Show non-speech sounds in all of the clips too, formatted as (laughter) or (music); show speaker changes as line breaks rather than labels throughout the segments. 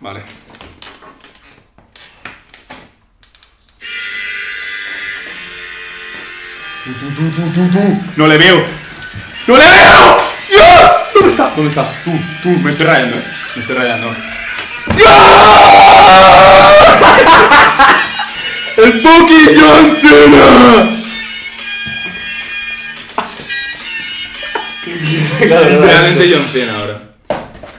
Vale. Tú, tú, tú, tú, tú. No le veo. ¡No le veo! ¡Dios! ¿Dónde está? ¿Dónde está? Tú, tú, me estoy rayando, eh. Me estoy rayando. ¡Dios! ¡El fucking John Cena! Es realmente John Cena ahora.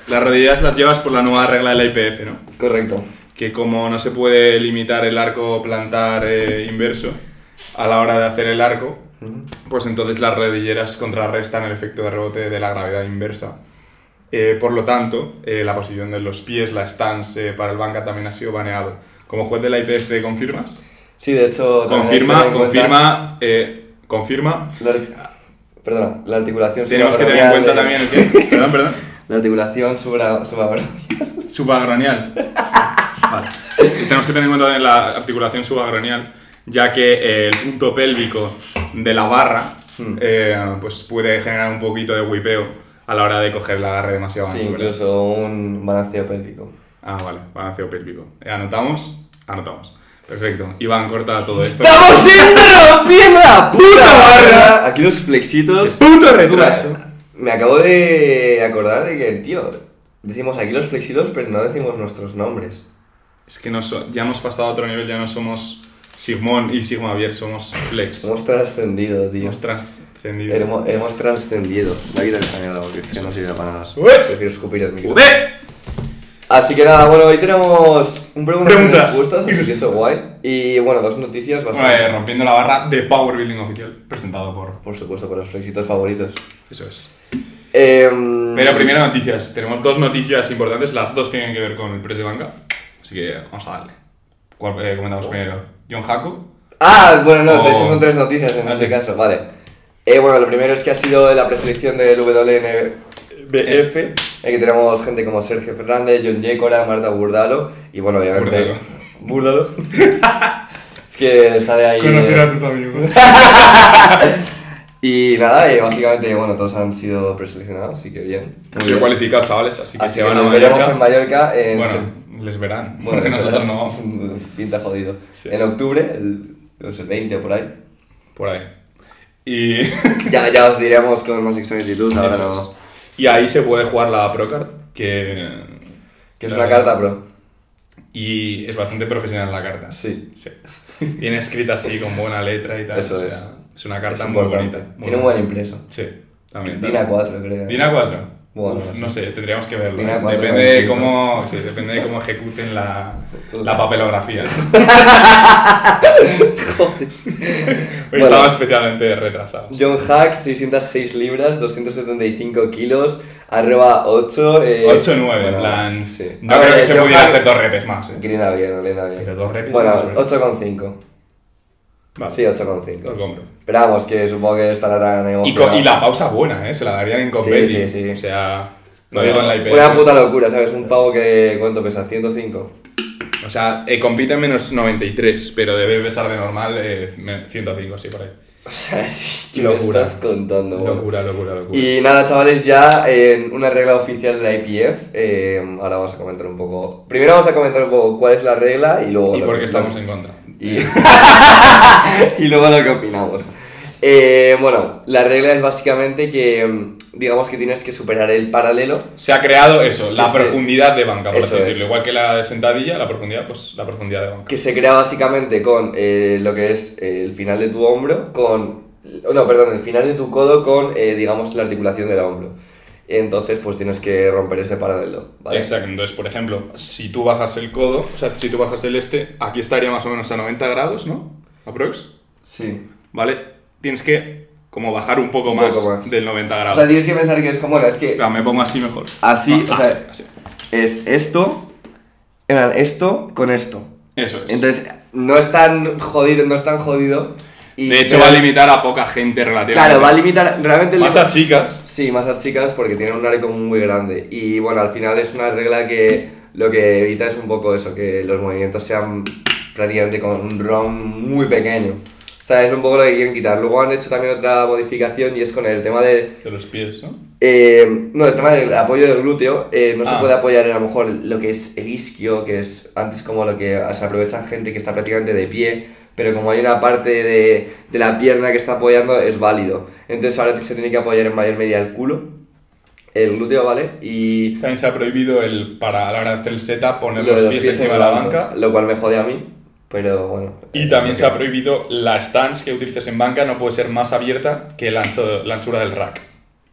Las rodillas las llevas por la nueva regla de la IPF, ¿no?
Correcto.
que como no se puede limitar el arco plantar eh, inverso a la hora de hacer el arco, pues entonces las rodilleras contrarrestan el efecto de rebote de la gravedad inversa. Eh, por lo tanto, eh, la posición de los pies, la stance eh, para el banca también ha sido baneado. Como juez de la IPF, ¿confirmas?
Sí, de hecho... también hay que tener
Confirma,
en cuenta
confirma, eh, confirma.
la ar- Perdona, la articulación
Tenemos que tener en cuenta
subacromial
también
de-
el
(laughs)
que... Perdón, perdón.
La articulación subra- subacromial. (laughs)
Subagranial. Vale. Tenemos que tener en cuenta también la articulación subagranial, ya que eh, el punto pélvico de la barra
Hmm.
eh, pues puede generar un poquito de whipeo a la hora de coger el agarre demasiado
Sí,
ancho. ¿verdad?
incluso un balanceo pélvico.
Ah, vale, balanceo pélvico. Eh, ¿Anotamos? Anotamos. Perfecto. Iván, corta todo esto.
¡Estamos interrumpiendo la puta
barra!
Aquí los (laughs) flexitos...
¡Puto
Tú,
retraso!
Me acabo de acordar de que, tío, decimos aquí los flexitos, pero no decimos nuestros nombres.
Es que no so- ya hemos pasado a otro nivel, ya no somos Sigmón y Sigma Bier, somos Flex.
Hemos trascendido, tío.
Hemos trascendido.
Hemos, hemos trascendido. La vida española, porque es que no sirve para nada.
Ups.
Prefiero escupir el micro.
¡Joder!
Así que nada, bueno, hoy tenemos un preguntas,
Preguntas.
y respuestas, así
(laughs)
que eso es guay. Y bueno, dos noticias bastante.
Eh, rompiendo la barra de Power Building Oficial, presentado por...
Por supuesto, por los flexitos favoritos.
Eso es.
Em,
Pero primero noticias. Tenemos dos noticias importantes, las dos tienen que ver con el press de banca. Así que vamos a darle. ¿Cuál eh, comentamos
Oh.
primero? John Jaco.
Ah, bueno, no, de
Oh.
hecho son tres noticias en
Ah,
este
sí.
caso, vale. Eh, bueno, lo primero es que ha sido la preselección del WNBF,
Eh.
en que tenemos gente como Sergio Fernández, John Yecora, Marta Burdalo, y bueno, obviamente... Burdalo.
(laughs)
es que sale ahí... eh,
tus
(laughs)
amigos.
y nada, y básicamente, bueno, todos han sido preseleccionados, así que bien.
Hemos sido cualificados, chavales, así que
Así
se
que
van a
nos veremos
Mallorca.
en Mallorca en...
(laughs) Bueno, les verán.
Bueno,
porque
(laughs)
nosotros no vamos.
no. Pinta jodido.
Sí.
En octubre, el, no sé, 20 o por ahí. (laughs)
Por ahí. Y... (laughs)
Ya, ya os diremos con más exactitud, ahora no.
y ahí se puede jugar la Procard, que...
Que es una carta, bro.
Y es bastante profesional la carta.
Sí.
Sí. (laughs) Bien escrita así, con buena letra y tal.
Eso
o sea,
es.
es. una carta
Es
muy
importante.
bonita. muy
Tiene un buen
bonita.
impreso.
Sí, también.
Dina
también.
4, creo.
Dina 4.
Bueno,
Uf,
no sé.
no sé, tendríamos que verlo.
Dina
¿eh?
4
depende,
es
de
distinto.
cómo, sí, depende de cómo ejecuten la, la
(laughs)
papelografía. (laughs) Hoy
Bueno.
estaba especialmente retrasado.
John Hack, 606 libras, 275 kilos, arriba 8. Eh, Ah,
8-9, en plan. No creo que se pudiera hacer dos repes más. ¿eh?
Grina bien, grina bien.
Pero dos repes
Bueno,
no es verdad.
8,5.
Vale,
Sí,
lo
8,5.
compro.
Pero vamos, que supongo que estará tan
Y, co-
emocionado.
y la pausa buena, ¿eh? Se la darían en competi.
sí, sí.
O sea, lo digo en la E. IP.
Una puta locura, ¿sabes? Un pavo que. ¿Cuánto pesa? 105.
O sea, eh, compite en menos 93, pero debe pesar de normal eh, me- 105, sí, por ahí.
(laughs) O sea, sí, ¿qué
Locura.
me estás contando? bro?
Locura, locura, locura.
Y nada, chavales, ya en una regla oficial de la IPF. eh, ahora vamos a comentar un poco. Primero vamos a comentar un poco cuál es la regla y luego.
¿Y
lo
por
que-
qué estamos en contra?
Y, (laughs) y luego lo que opinamos. Eh, bueno, la regla es básicamente que, mm, digamos que tienes que superar el paralelo.
Se ha creado eso, la
Sí.
profundidad de banca, por así
Eso es.
decirlo. Igual que la de sentadilla, la profundidad, pues la profundidad de banca.
Que se crea básicamente con eh, lo que es eh, el final de tu hombro, con. No, perdón, el final de tu codo con, eh, digamos, la articulación del hombro. Entonces, pues tienes que romper ese paralelo, ¿vale?
Exacto. Entonces, por ejemplo, si tú bajas el codo, o sea, si tú bajas el este, aquí estaría más o menos a 90 grados, ¿no? Aprox.
Sí.
¿Vale? Tienes que como bajar un poco
Un
más,
poco más.
del 90
O
grados.
sea, tienes que pensar que es como, bueno, es que
Ah. Claro, me pongo así mejor.
Así,
Ah,
o sea-
así, así.
es esto, en plan, esto con esto.
Eso es.
Entonces, no es tan jodido, no es tan jodido. Y,
de hecho,
pero-
va a limitar a poca gente relativamente.
Claro, va a limitar realmente el
Más a chicas.
Sí, más a chicas porque tienen un arco muy grande. Y bueno, al final es una regla que lo que evita es un poco eso, que los movimientos sean prácticamente con un ROM muy pequeño. sea, es un poco lo que quieren quitar. Luego han hecho también otra modificación y es con el tema de...
De los pies, ¿no?
Eh, no, el tema del apoyo del glúteo, eh,
Ah.
no se puede apoyar en, a lo mejor lo que es el isquio, que es antes como lo que se aprovecha gente que está prácticamente de pie, pero como hay una parte de, de la pierna que está apoyando, es válido. Entonces ahora se tiene que apoyar en mayor medida el culo, el glúteo, ¿vale? Y
También se ha prohibido el, para a la hora de hacer el setup, poner
lo
los,
de
pies, encima de la
banco,
banca.
Lo cual me jode a mí, pero bueno.
Y también se
se
ha prohibido la stance que utilizas en banca no puede ser más abierta que el ancho, la anchura del rack.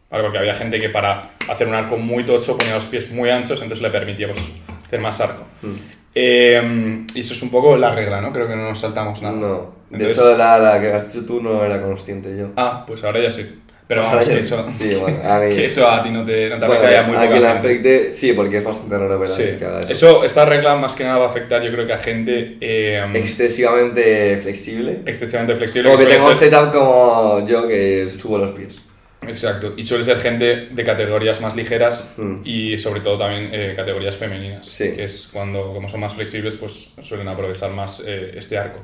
¿Vale? Porque había gente que para hacer un arco muy tocho ponía los pies muy anchos, entonces le permitía pues, hacer más arco.
Mm,
Eh, y eso es un poco la regla, ¿no? Creo que no nos saltamos nada.
No, de
Entonces-
hecho la, la que has hecho tú no era consciente yo.
Ah, pues ahora ya sí.
(laughs)
Pero
Ahora
vamos,
ya-
que eso,
sí, bueno, a
(laughs)
mí-
que eso a ti no te, no te
Bueno,
afecta ya muy
a que
poca
le
gente.
afecte, sí, porque es bastante raro ¿verdad?
Sí.
que haga eso.
Eso, esta regla más que nada va a afectar yo creo que a gente eh,
Excesivamente flexible.
excesivamente flexible.
O
que
que
suele
tengo un
ser-
setup como yo que subo los pies.
Exacto, y suele ser gente de categorías más ligeras
Mm.
y sobre todo también eh, categorías femeninas,
Sí.
que es cuando, como son más flexibles, pues suelen aprovechar más eh, este arco.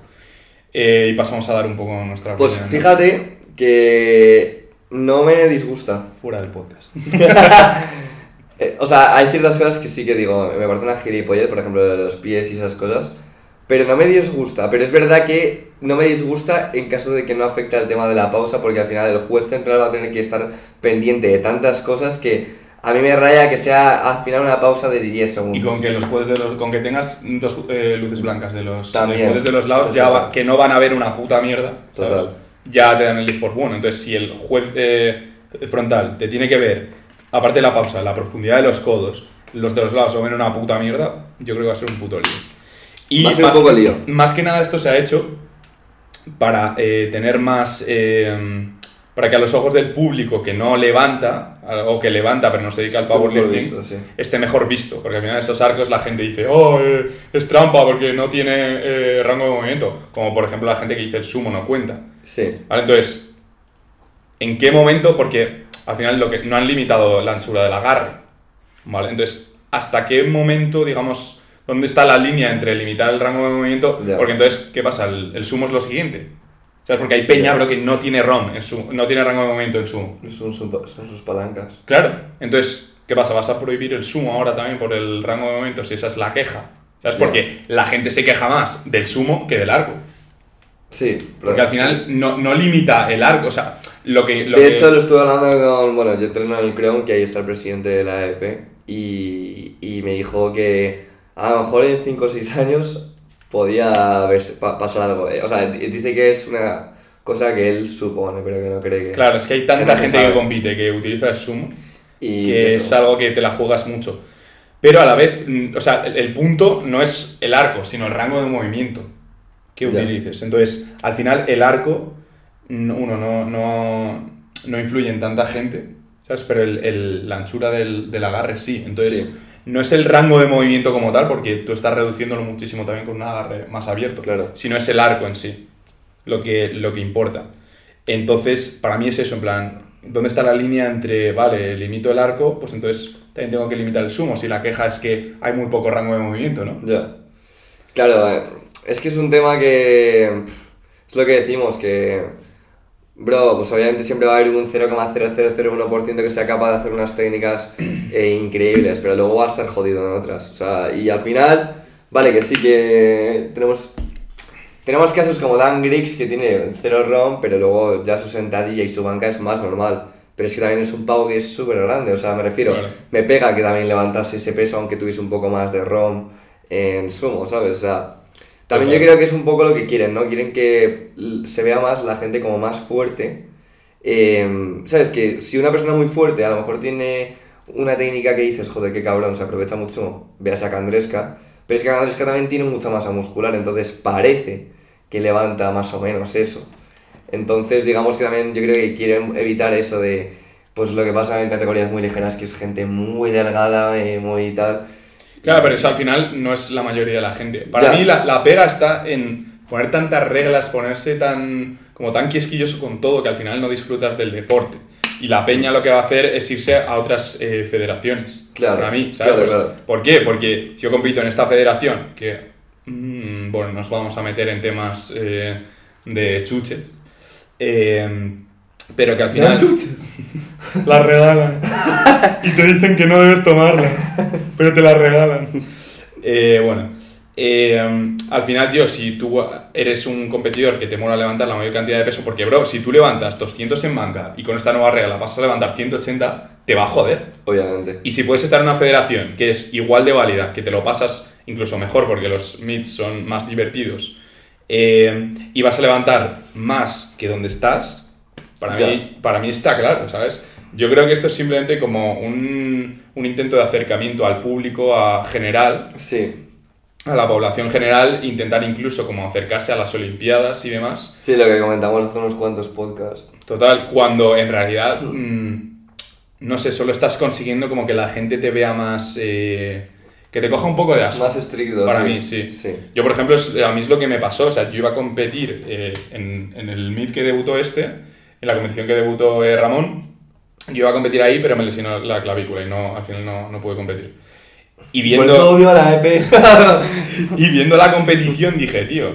Eh, y pasamos a dar un poco nuestra
Pues
opinión, ¿no?
fíjate que no me disgusta.
Fuera del podcast.
Eh, o sea, hay ciertas cosas que sí que digo, me parecen una gilipollez, por ejemplo, lo de los pies y esas cosas. Pero no me disgusta, pero es verdad que no me disgusta en caso de que no afecte al tema de la pausa, porque al final el juez central va a tener que estar pendiente de tantas cosas que a mí me raya que sea al final una pausa de 10 segundos.
y con que los jueces de los, con que tengas dos eh, luces blancas de los de
También.
jueces de los lados,
Eso
ya
es
va-
total.
que no van a ver una puta mierda, ¿sabes?
Total.
ya te dan el lead por bueno. Entonces, si el juez eh, frontal te tiene que ver, aparte de la pausa, la profundidad de los codos, los de los lados o ven una puta mierda, yo creo que va a ser un puto lío.
Va a ser un poco lío.
Más que nada esto se ha hecho para eh, tener más... eh, para que a los ojos del público que no levanta, o que levanta pero no se dedica al
Estuvo
powerlifting,
visto, sí.
esté mejor visto, porque al final esos arcos la gente dice, oh, eh, es trampa porque no tiene eh, rango de movimiento, como por ejemplo la gente que dice el sumo no cuenta.
Sí.
Vale, entonces, ¿en qué momento? Porque al final lo que, no han limitado la anchura del agarre. Vale, entonces, ¿hasta qué momento, digamos, dónde está la línea entre limitar el rango de movimiento?
Ya.
Porque entonces, ¿qué pasa? El, el sumo es lo siguiente. ¿Sabes? Porque hay peña,
Ya.
bro, que no tiene ROM, en sumo- no tiene rango de movimiento en sumo.
Son, su- son sus palancas.
Claro, entonces, ¿qué pasa? ¿Vas a prohibir el sumo ahora también por el rango de movimiento? Si esa es la queja. ¿Sabes?
Ya.
Porque la gente se queja más del sumo que del arco.
Sí.
Porque al final no, no limita el arco. O sea, lo que. Lo
de
que-
hecho, lo estuve hablando con. Bueno, yo entreno en el Creon, que ahí está el presidente de la AEP, y, y me dijo que a lo mejor en 5 o 6 años podía haberse- pa- pasar algo. eh. O sea, di- dice que es una cosa que él supone, pero que no cree que.
Claro, es que hay
que
tanta
no se
gente
sabe.
que compite que utiliza el sumo
Y
que
eso.
es algo que te la juegas mucho. Pero a la vez, mm, o sea, el, el punto no es el arco, sino el rango de movimiento que
Ya.
utilices. Entonces, al final, el arco, no- uno, no, no, no influye en tanta gente, ¿sabes? Pero el- el- la anchura del, del agarre sí. Entonces,
Sí.
no es el rango de movimiento como tal, porque tú estás reduciéndolo muchísimo también con un agarre más abierto,
Claro.
sino es el arco en sí lo que, lo que importa. Entonces, para mí es eso, en plan, ¿dónde está la línea entre, vale, limito el arco, pues entonces también tengo que limitar el sumo, si la queja es que hay muy poco rango de movimiento, ¿no?
Ya. Claro, eh, es que es un tema que. pff, Es lo que decimos, que. Bro, pues obviamente siempre va a haber un 0,0001% que sea capaz de hacer unas técnicas eh, increíbles, pero luego va a estar jodido en otras. O sea, y al final, vale, que sí que tenemos. Tenemos casos como Dan Griggs que tiene cero ROM, pero luego ya su sentadilla y su banca es más normal. Pero es que también es un pavo que es súper grande, o sea, me refiero,
Claro.
me pega que también levantase ese peso aunque tuviese un poco más de ROM en sumo, ¿sabes? O sea, también yo
Total.
creo que es un poco lo que quieren, ¿no? Quieren que l- se vea más la gente como más fuerte. Eh, ¿Sabes? Que si una persona muy fuerte a lo mejor tiene una técnica que dices, joder, qué cabrón, se aprovecha mucho, veas a Candresca, pero es que Candresca también tiene mucha masa muscular, entonces parece que levanta más o menos eso. Entonces, digamos que también yo creo que quieren evitar eso de, pues lo que pasa en categorías muy ligeras, que es gente muy delgada, eh, muy tal.
Claro, pero eso al final no es la mayoría de la gente. Para
Ya.
mí la, la pega está en poner tantas reglas, ponerse tan como tan quisquilloso con todo que al final no disfrutas del deporte. Y la peña lo que va a hacer es irse a otras eh, federaciones.
Claro,
Para mí, ¿sabes?
claro,
Pues,
claro.
¿Por qué? Porque si yo compito en esta federación, que, mm, bueno, nos vamos a meter en temas eh, de chuches. Eh, pero que al final.
Dan (laughs) chuches. Las regalan. Y te dicen que no debes tomarlas. Pero te las regalan.
Eh, bueno, eh, al final, tío, si tú eres un competidor que te mola levantar la mayor cantidad de peso, porque, bro, si tú levantas 200 en banca y con esta nueva regla vas a levantar 180, te va a joder.
Obviamente.
Y si puedes estar en una federación que es igual de válida, que te lo pasas incluso mejor porque los meets son más divertidos, eh, y vas a levantar más que donde estás, para,
Ya.
mí, para mí está claro, ¿sabes? Yo creo que esto es simplemente como un, un intento de acercamiento al público a general
Sí.
a la población general, intentar incluso como acercarse a las Olimpiadas y demás.
Sí, lo que comentamos hace unos cuantos podcasts.
Total, cuando en realidad, mm, no sé, solo estás consiguiendo como que la gente te vea más... eh, que te coja un poco de asco.
Más estrictos.
Ah, Para mí, sí.
Sí.
Yo, por ejemplo, es- a mí es lo que me pasó. O sea, yo iba a competir eh, en, en el meet que debutó este, en la competición que debutó eh, Ramón. Yo iba a competir ahí, pero me lesionó la clavícula y no, al final no, no pude competir. Y
Por
viendo...
eso Pues odio a la E
(laughs)
EP.
Y viendo la competición dije, tío,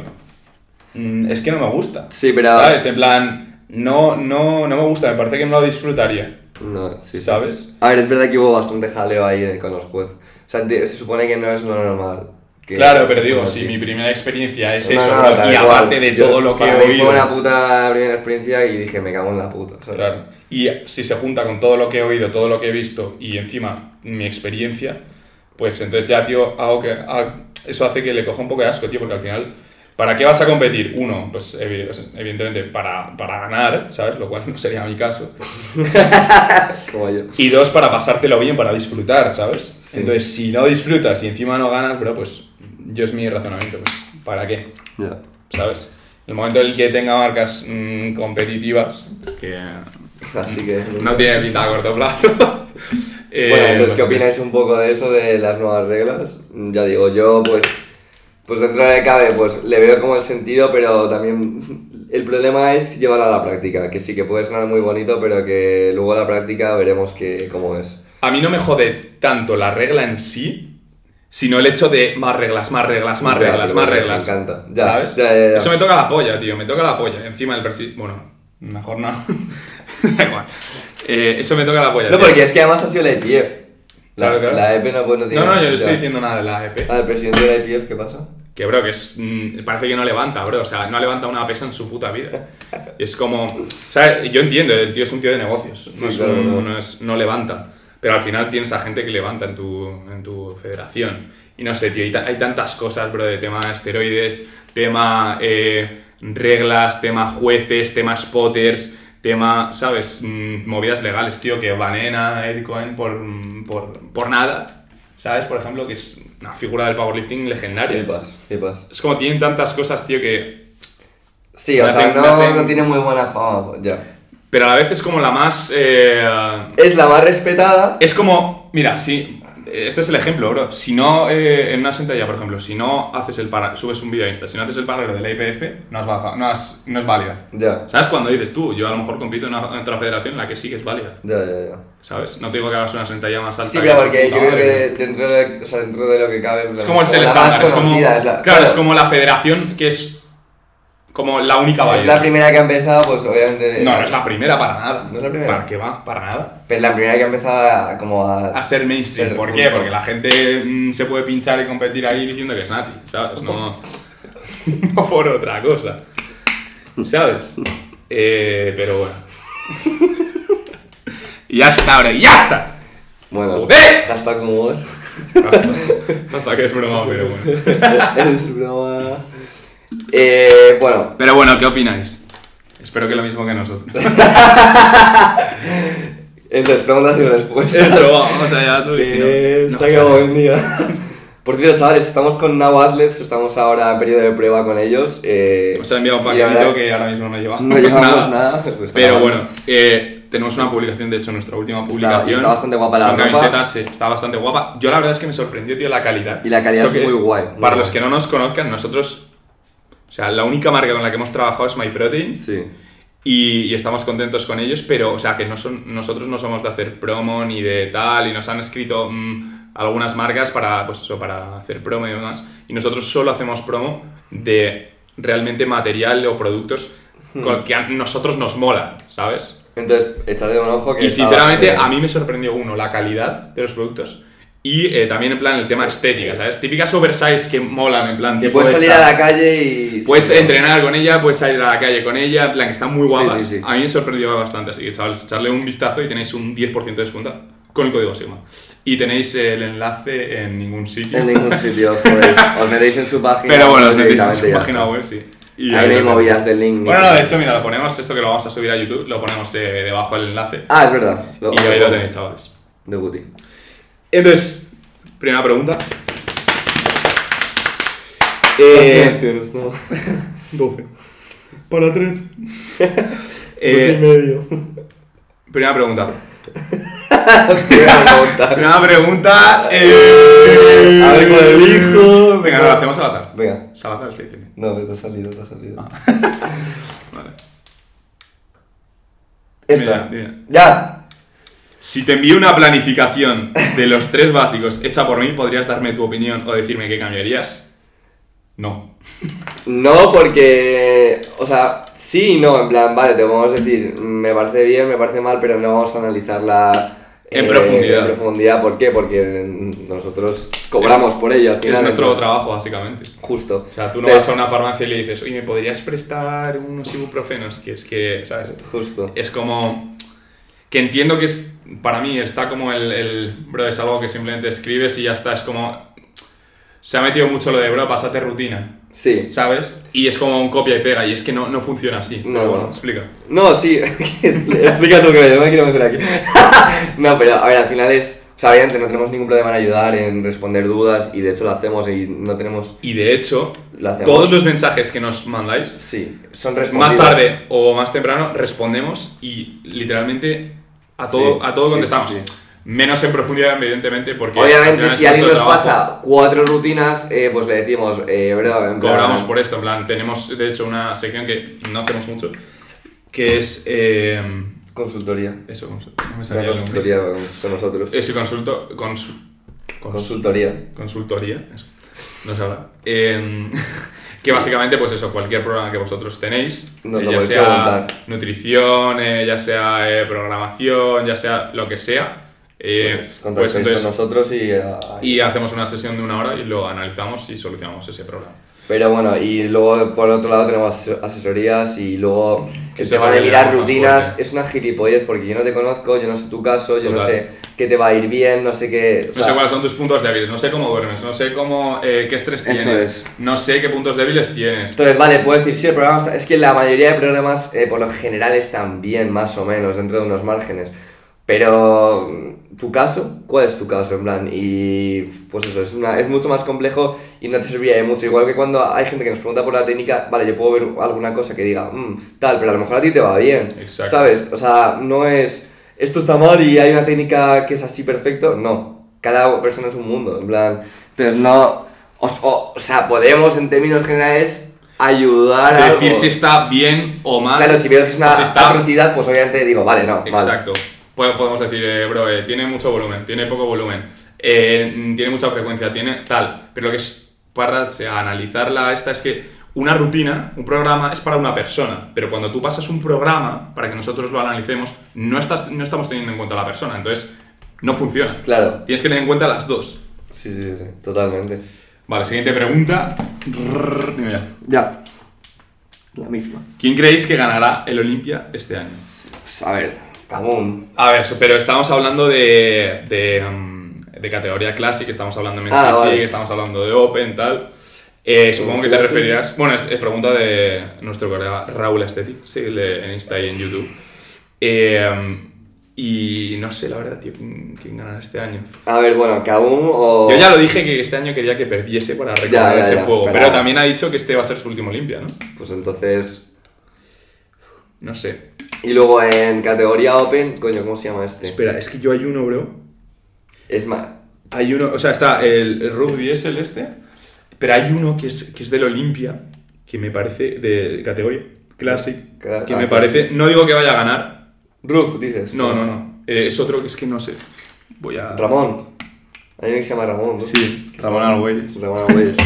mm, es que no me gusta.
sí, pero.
¿Sabes? En plan, no, no, no me gusta, me parece que no lo disfrutaría.
No, sí. sí.
¿Sabes?
A ver, es verdad que hubo bastante jaleo ahí eh, con los jueces. O sea, te- se supone que no es lo normal. que-
claro, pero digo,
cosas
si
así.
mi primera experiencia es
No,
eso,
no,
bro,
tal
y
cual.
aparte de
Yo-
todo lo que he
para mí
oído.
Fue una puta primera experiencia y dije, me cago en la puta. ¿sabes?
Claro. Y si se junta con todo lo que he oído, todo lo que he visto y encima mi experiencia, pues entonces ya, tío, hago que, ha- eso hace que le coja un poco de asco, tío, porque al final, ¿para qué vas a competir? Uno, pues evi- o sea, evidentemente para, para ganar, ¿sabes? Lo cual (laughs) no sería mi caso.
Como yo.
Y dos, para pasártelo bien, para disfrutar, ¿sabes? Entonces, si no disfrutas y encima no ganas, pero pues yo es mi razonamiento, pues, ¿para qué?
Ya.
¿Sabes? En el momento en el que tenga marcas mm, competitivas, que
Así que.
no tiene pinta a corto plazo. (laughs) eh,
Bueno, entonces, ¿qué
pues,
opináis un poco de eso, de las nuevas reglas? Ya digo, yo pues, pues dentro de lo que cabe, pues le veo como el sentido, pero también el problema es llevarla a la práctica, que sí que puede sonar muy bonito, pero que luego a la práctica veremos que, cómo es.
A mí no me jode tanto la regla en sí, sino el hecho de más reglas, más reglas, más
Ya,
reglas,
pero
más
eso me
reglas.
encanta. Ya,
¿Sabes?
ya, ya, ya.
Eso me toca la polla, tío, me toca la polla. Encima el persi... Bueno, mejor no. (laughs) da igual. Eh, eso me toca la polla.
No,
tío.
porque es que además ha sido la IPF. La,
Claro, claro.
la EP no, pues, no tiene...
No, no, yo no
ya.
estoy diciendo nada de la E EP.
Ah, el presidente de la IPF, ¿qué pasa?
Que, bro, que es. mm, Parece que no levanta, bro. O sea, no ha levantado una pesa en su puta vida. Y es como. O sea, yo entiendo, el tío es un tío de negocios.
Sí,
no, es
claro,
un-
claro.
no es- no levanta. Pero al final tienes a gente que levanta en tu, en tu federación. Y no sé, tío, hay, ta- hay tantas cosas, bro, de tema esteroides, tema eh, reglas, tema jueces, tema spotters, tema, ¿sabes? Mm, movidas legales, tío, que baneen a Ed Cohen por, por, por nada. ¿Sabes? Por ejemplo, que es una figura del powerlifting legendaria.
Flipas, flipas.
Es como tienen tantas cosas, tío, que...
Sí, o
Me
sea,
hacen-
no,
me hacen-
no tiene muy buena fama, ya.
Pero a la vez es como la más... eh,
Es la más respetada,
Es como... Mira, si... Este es el ejemplo, bro. Si no, eh, en una sentadilla, por ejemplo, si no haces el para... Subes un vídeo a Insta, si no haces el paralelo de la IPF, no, has baja- no, has- no es válida.
ya,
¿Sabes cuando dices tú? Yo a lo mejor compito en, una- en otra federación en la que sí que es válida,
ya, ya, ya.
¿sabes? No te digo que hagas una sentadilla más alta.
Sí,
que
pero
esa
porque yo
puta
creo
madre,
que dentro de, o sea, dentro de lo que cabe. en plan,
Es como el
la
ser
más
estándar, es como...
conocida, es la-
claro, es como la federación que es como la única
Es
válida.
la primera que ha empezado, pues obviamente.
No, no es la primera para nada.
No es la primera.
¿Para qué va? Para nada.
Pero es la primera que ha empezado a, como a.
a ser mainstream.
Ser
¿Por
justo.
qué? Porque la gente mm, se puede pinchar y competir ahí diciendo que es nati, ¿sabes? No, (laughs) no por otra cosa, ¿sabes? Eh, pero bueno. (laughs) Y ya está, ahora, ya está.
Bueno,
¡Joder!
hasta como.
Basta, Basta que es broma, pero bueno.
(laughs) es broma. Eh, bueno,
Pero bueno, ¿qué opináis? Espero que lo mismo que
(laughs)
nosotros.
entonces preguntas y respuestas.
Eso, vamos allá, tú. y si no-
Que
no,
se acabó el día. (laughs) Por cierto, chavales, estamos con Now Athletes, estamos ahora en periodo de prueba con ellos. Eh,
Os he enviado un
y ahora
paquetito que ahora mismo no llevamos, (laughs)
No llevamos
nada.
nada. pues,
Pero
nada.
bueno, eh, tenemos una publicación, de hecho, nuestra última publicación.
está bastante guapa la
Son
ropa.
camisetas, sí, está bastante guapa. Yo la verdad es que me sorprendió, tío, la calidad.
Y la calidad
Eso
es
que,
muy guay, muy
para
guay.
los que no nos conozcan, nosotros... O sea, la única marca con la que hemos trabajado es MyProtein
Sí.
y, y estamos contentos con ellos, pero, o sea, que no son, nosotros no somos de hacer promo ni de tal, y nos han escrito mm, algunas marcas para, pues eso, para hacer promo y demás, y nosotros solo hacemos promo de realmente material o productos
Hmm.
con- que a nosotros nos molan, ¿sabes?
Entonces, échate un ojo que.
Y
está
sinceramente
bastante
a mí me sorprendió uno, la calidad de los productos. Y eh, también en plan el tema estética, ¿sabes? Típicas oversize que molan en plan...
bien. Pues Que
tipo
puedes salir
esta.
a la calle y.
Puedes pues entrenar con ella, puedes salir a la calle con ella, en plan que están muy
Sí,
guapas.
sí, sí.
A mí me sorprendió bastante, así que chavales, echarle un vistazo y tenéis un 10% de descuento con el código Sigma. Y tenéis el enlace en ningún sitio.
En ningún sitio os podéis. Os metéis en su página.
Pero bueno,
y
lo tenéis en
directamente
su
ya
página
está.
web, sí. Y
Ahí no hay movidas del link. ni
Bueno, no,
nada.
de hecho, mira, lo ponemos, esto que lo vamos a subir a YouTube, lo ponemos eh, debajo del enlace.
Ah, es verdad.
Y ahí lo Eh, tenéis, chavales.
De Guti.
Entonces, primera pregunta.
¿Cuántos años tienes, no?
12. Para 13.
Eh,
12 y medio.
primera pregunta.
Primera pregunta.
Primera pregunta. eh,
A ver cuál elijo.
Venga, no, lo hacemos Salazar.
(laughs) Venga.
Salazar es difícil.
No, te
(laughs)
ha salido, te ha salido.
Vale. Mira,
Esta.
mira.
Ya.
Si te envío una planificación de los tres básicos hecha por mí, ¿podrías darme tu opinión o decirme qué cambiarías? No.
No, porque. O sea, sí y no. En plan, vale, te podemos decir, me parece bien, me parece mal, pero no vamos a analizarla. eh,
En profundidad.
En profundidad, ¿por qué? Porque nosotros cobramos por ello al final.
es nuestro
entonces-
trabajo, básicamente.
Justo.
O sea, tú no
Te-
vas a una farmacia y le dices, oye, ¿me podrías prestar unos ibuprofenos? Que es que, ¿sabes?
Justo.
es como que entiendo que es para mí está como el, el, bro es algo que simplemente escribes y ya está es como se ha metido mucho lo de bro pásate rutina
Sí.
sabes y es como un copia y pega y es que no, no funciona así
No,
Pero bueno,
no.
explica
No, sí, (laughs) explica tú que yo me quiero meter aquí. (laughs) no, pero a ver, al final es. O sea, obviamente no tenemos ningún problema en ayudar, en responder dudas, y de hecho lo hacemos y no tenemos.
y de hecho
Lo hacemos.
todos los mensajes que nos mandáis
Sí, son
más
respondidos.
tarde o más temprano respondemos y literalmente a todo
Sí,
a todo
sí,
contestamos
sí, sí.
menos en profundidad evidentemente porque al
Obviamente,
final
si
es
alguien nos
nuestro trabajo.
pasa cuatro rutinas, eh, pues le decimos, eh, bro, en plan-
cobramos por esto, en plan, tenemos de hecho una sección que no hacemos mucho, que es eh,
Consultoría.
eso, consulto, no me
Una
salía el nombre.
consultoría con, con nosotros.
Eso, consulto, consu- cons-
Consultoría.
consultoría, eso, no sé ahora. Eh, (laughs) que básicamente, pues eso, cualquier programa que vosotros tenéis,
Nos
eh,
lo
ya
podéis
sea
preguntar.
nutrición, eh, ya sea eh, programación, ya sea lo que sea, eh,
Pues,
pues,
contactáis
entonces,
con nosotros y, ah,
y hacemos una sesión de una hora y lo analizamos y solucionamos ese programa.
Pero bueno, y luego por otro lado tenemos ases- asesorías y luego
Que
el
se
tema de
revelen
mirar
más
rutinas
fuerte.
es una gilipollez porque yo no te conozco, yo no sé tu caso, yo no
Total.
sé qué te va a ir bien, no sé qué. o
No
sea,
sé cuáles son tus puntos débiles, no sé cómo duermes, no sé cómo, eh, qué estrés
Eso
tienes,
es.
no sé qué puntos débiles tienes.
Entonces, vale, puedo decir, sí, el programa está- Es que la mayoría de programas, eh, por lo general, están bien, más o menos, dentro de unos márgenes. Pero, mm, ¿tu caso? ¿Cuál es tu caso, en plan? Y, pues eso, es, una- es mucho más complejo y no te serviría de mucho. Igual que cuando hay gente que nos pregunta por la técnica, vale, yo puedo ver alguna cosa que diga, "Mm, tal, pero a lo mejor a ti te va bien.
Exacto.
¿Sabes? O sea, no es, esto está mal y hay una técnica que es así perfecto. No, cada persona es un mundo, en plan. Entonces, no... os- o- o sea, podemos, en términos generales, ayudar a
Decir
algo.
si está bien o mal.
Claro, si veo que es una
o si está-
atrocidad, pues obviamente digo, vale, no, vale.
Exacto. Po- Podemos decir, eh, bro, eh, tiene mucho volumen, tiene poco volumen, eh, mm, tiene mucha frecuencia, tiene tal. Pero lo que es para o sea, analizarla esta es que una rutina, un programa, es para una persona. Pero cuando tú pasas un programa para que nosotros lo analicemos, no, estás, no estamos teniendo en cuenta a la persona. Entonces, no funciona.
Claro.
Tienes que tener en cuenta las dos.
Sí, sí, sí, sí, totalmente.
Vale, siguiente pregunta. Rrrr, dime ya.
Ya. La misma.
¿Quién creéis que ganará el Olimpia este año?
Pues, a ver, Camón.
A ver, so- pero estamos hablando de, de, mm, de categoría clásica, estamos hablando de Men's
Ah,
Physique,
vale.
estamos hablando de Open, tal. Eh, supongo que te
Classic.
referirás. Bueno, es, es pregunta de nuestro colega Raúl Aesthetic, síguele en Insta y en YouTube. Eh, y no sé, la verdad, tío, quién, quién ganará este año.
A ver, bueno, Kabum o.
Yo ya lo dije que este año quería que perdiese para recobrar
ya,
ese
ya,
juego,
pero-
pero también ha dicho que este va a ser su último Olimpia, ¿no?
Pues entonces.
No sé,
Y luego en categoría Open, coño, ¿cómo se llama este?
Espera, es que yo hay uno, bro.
Es más.
Hay uno, o sea, está el, el rugby es el este, pero hay uno que es, que es del Olimpia, que me parece de categoría Classic,
Cla-
que
ah,
me parece, no digo que vaya a ganar,
Ruf, dices.
no, no, no, Eh, es otro que es que no sé, voy a...
Ramón. Hay alguien que se llama Ramón, ¿no?
Sí,
Que
Ramón (laughs)
estamos-
Argüelles.
Ramón Argüelles.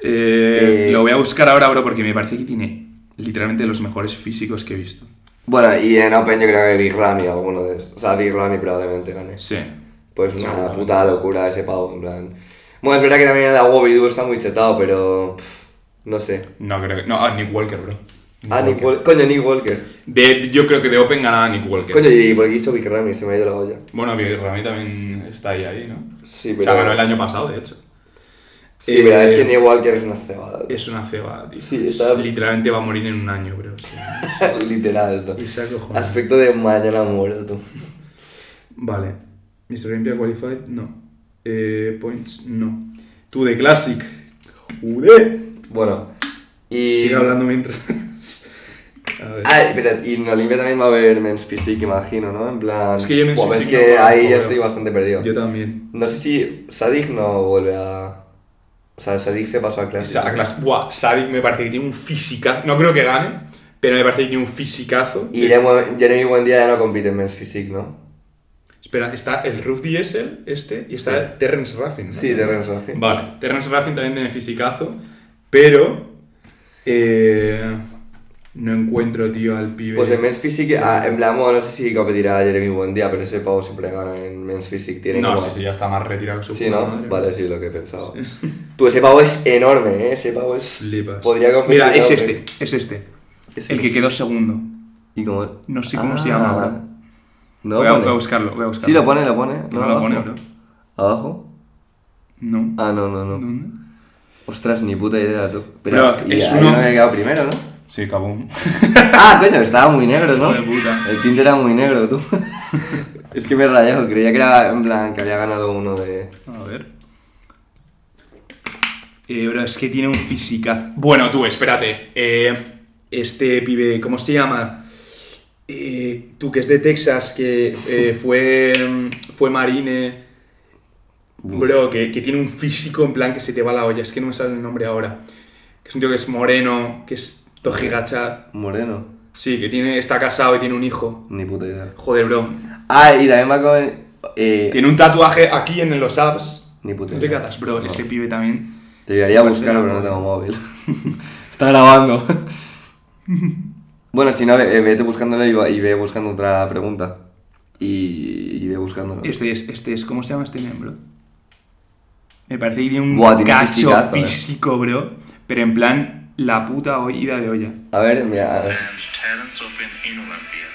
Eh,
Eh,
Lo voy a buscar ahora, bro, porque me parece que tiene literalmente los mejores físicos que he visto.
Bueno, y en Open yo creo que Big Ramy alguno de estos. O sea, Big Ramy probablemente gane.
Sí.
Pues una puta locura ese pavo, en plan. Bueno, es verdad que también el Awobidu está muy chetado, pero. pff, no sé.
No creo que. No, ah, Nick Walker, bro.
Ah, Nick Walker. Coño, Nick Walker.
De, yo creo que de Open ganaba Nick Walker.
Coño, y por aquí he dicho Big Ramy, se me ha ido la olla.
Bueno, que Rami también está ahí, ahí, ¿no?
Sí,
O
pero.
sea, ganó el año pasado, de hecho.
Sí,
Eh,
pero es que Nick Walker es
(laughs)
una cebada.
Es una cebada, tío.
Sí, está-
Literalmente va a morir en un año, bro. (laughs) Sí.
Literal. tú.
Y se acojona.
Aspecto de mañana muerto, tú.
Vale. Mr. Olympia Qualified, no. Eh, points, no. Tú de Classic. Joder.
Bueno. Y.
Sigue hablando mientras. (laughs) A ver.
Ah, espera, y en Olimpia también va a haber Men's Physique, imagino, ¿no? En plan.
Es que yo Men's
Buah,
Physique
es que
no conozco,
ahí ya
creo.
estoy bastante perdido.
Yo también.
No sé si Sadik no vuelve a. O sea, Sadik se pasó a
O
clase.
sea, a Classic. Buah, Sadik me parece que tiene un físicazo. No creo que gane, pero me parece que tiene un fisicazo.
Y Jeremy Jeremy Buendía ya no compite en Men's Physique, ¿no?
Espera, está el Ruth Diesel, este, y está
Sí.
Terrence Raffin. ¿no?
Sí, Terrence Raffin.
Vale, Terrence Raffin también tiene fisicazo, pero. eh, no encuentro, tío, al pibe.
Pues en Men's Physique, ah, en plan, bueno, no sé si competirá Jeremy Buendía, pero ese pavo siempre gana en Men's Physique. Tiene
No,
como-
sí, sí, ya está más retirado que su
Sí,
puta
¿no?
madre.
Vale, sí, lo que he pensado. Tú, ese pavo es enorme, ¿eh? Ese pavo es...
Flipas.
Podría competir...
Mira, es
¿no?
este, es este.
Es
El que quedó segundo.
¿Y cómo?
No sé cómo se llama ahora.
No,
voy, a, voy a
pone.
buscarlo, voy a buscarlo.
Sí, lo pone, lo pone.
No, lo pone,
abajo.
bro.
¿Abajo?
No.
Ah, no, no, no.
¿Dónde?
Ostras, ni puta idea tú.
Pero
y
es
ahí
uno-
no me he quedado primero, ¿no? (laughs)
Sí, cabum.
Ah, coño, estaba muy negro, ¿no?
Hijo de puta.
El tinte era muy
(laughs)
negro, tú. es que me he rayado, creía que era en plan que había ganado uno de.
A ver. Eh, bro, es que tiene un física. Bueno, tú, espérate. Eh, este pibe, ¿cómo se llama? Eh, tú, que es de Texas, que eh, fue, mm, fue marine. Bro, que, que tiene un físico en plan que se te va la olla. Es que no me sale el nombre ahora. Que es un tío que es moreno, que es tojigacha.
Moreno.
Sí, que tiene, está casado y tiene un hijo.
Ni puta idea.
Joder, bro.
Ah, y también va con. Eh,
Tiene un tatuaje aquí en los abs.
ni puta
No te
idea.
catas, bro.
No.
Ese pibe también.
Te llegaría a
Parece
buscar,
una
pero no
buena.
tengo móvil. (laughs) Está
(laughs)
grabando. bueno, si no, ve- eh, vete buscándolo y, va- y ve buscando otra pregunta. Y, y ve buscándolo.
Este es, este es, ¿cómo se llama este miembro? Me parece que tiene un
Buah, tiene un
cacho
fisicazo, eh.
físico, bro. Pero en plan, la puta ho- ida de olla.
A ver, mira. a ver.
and Terence Ruffin in Olympia.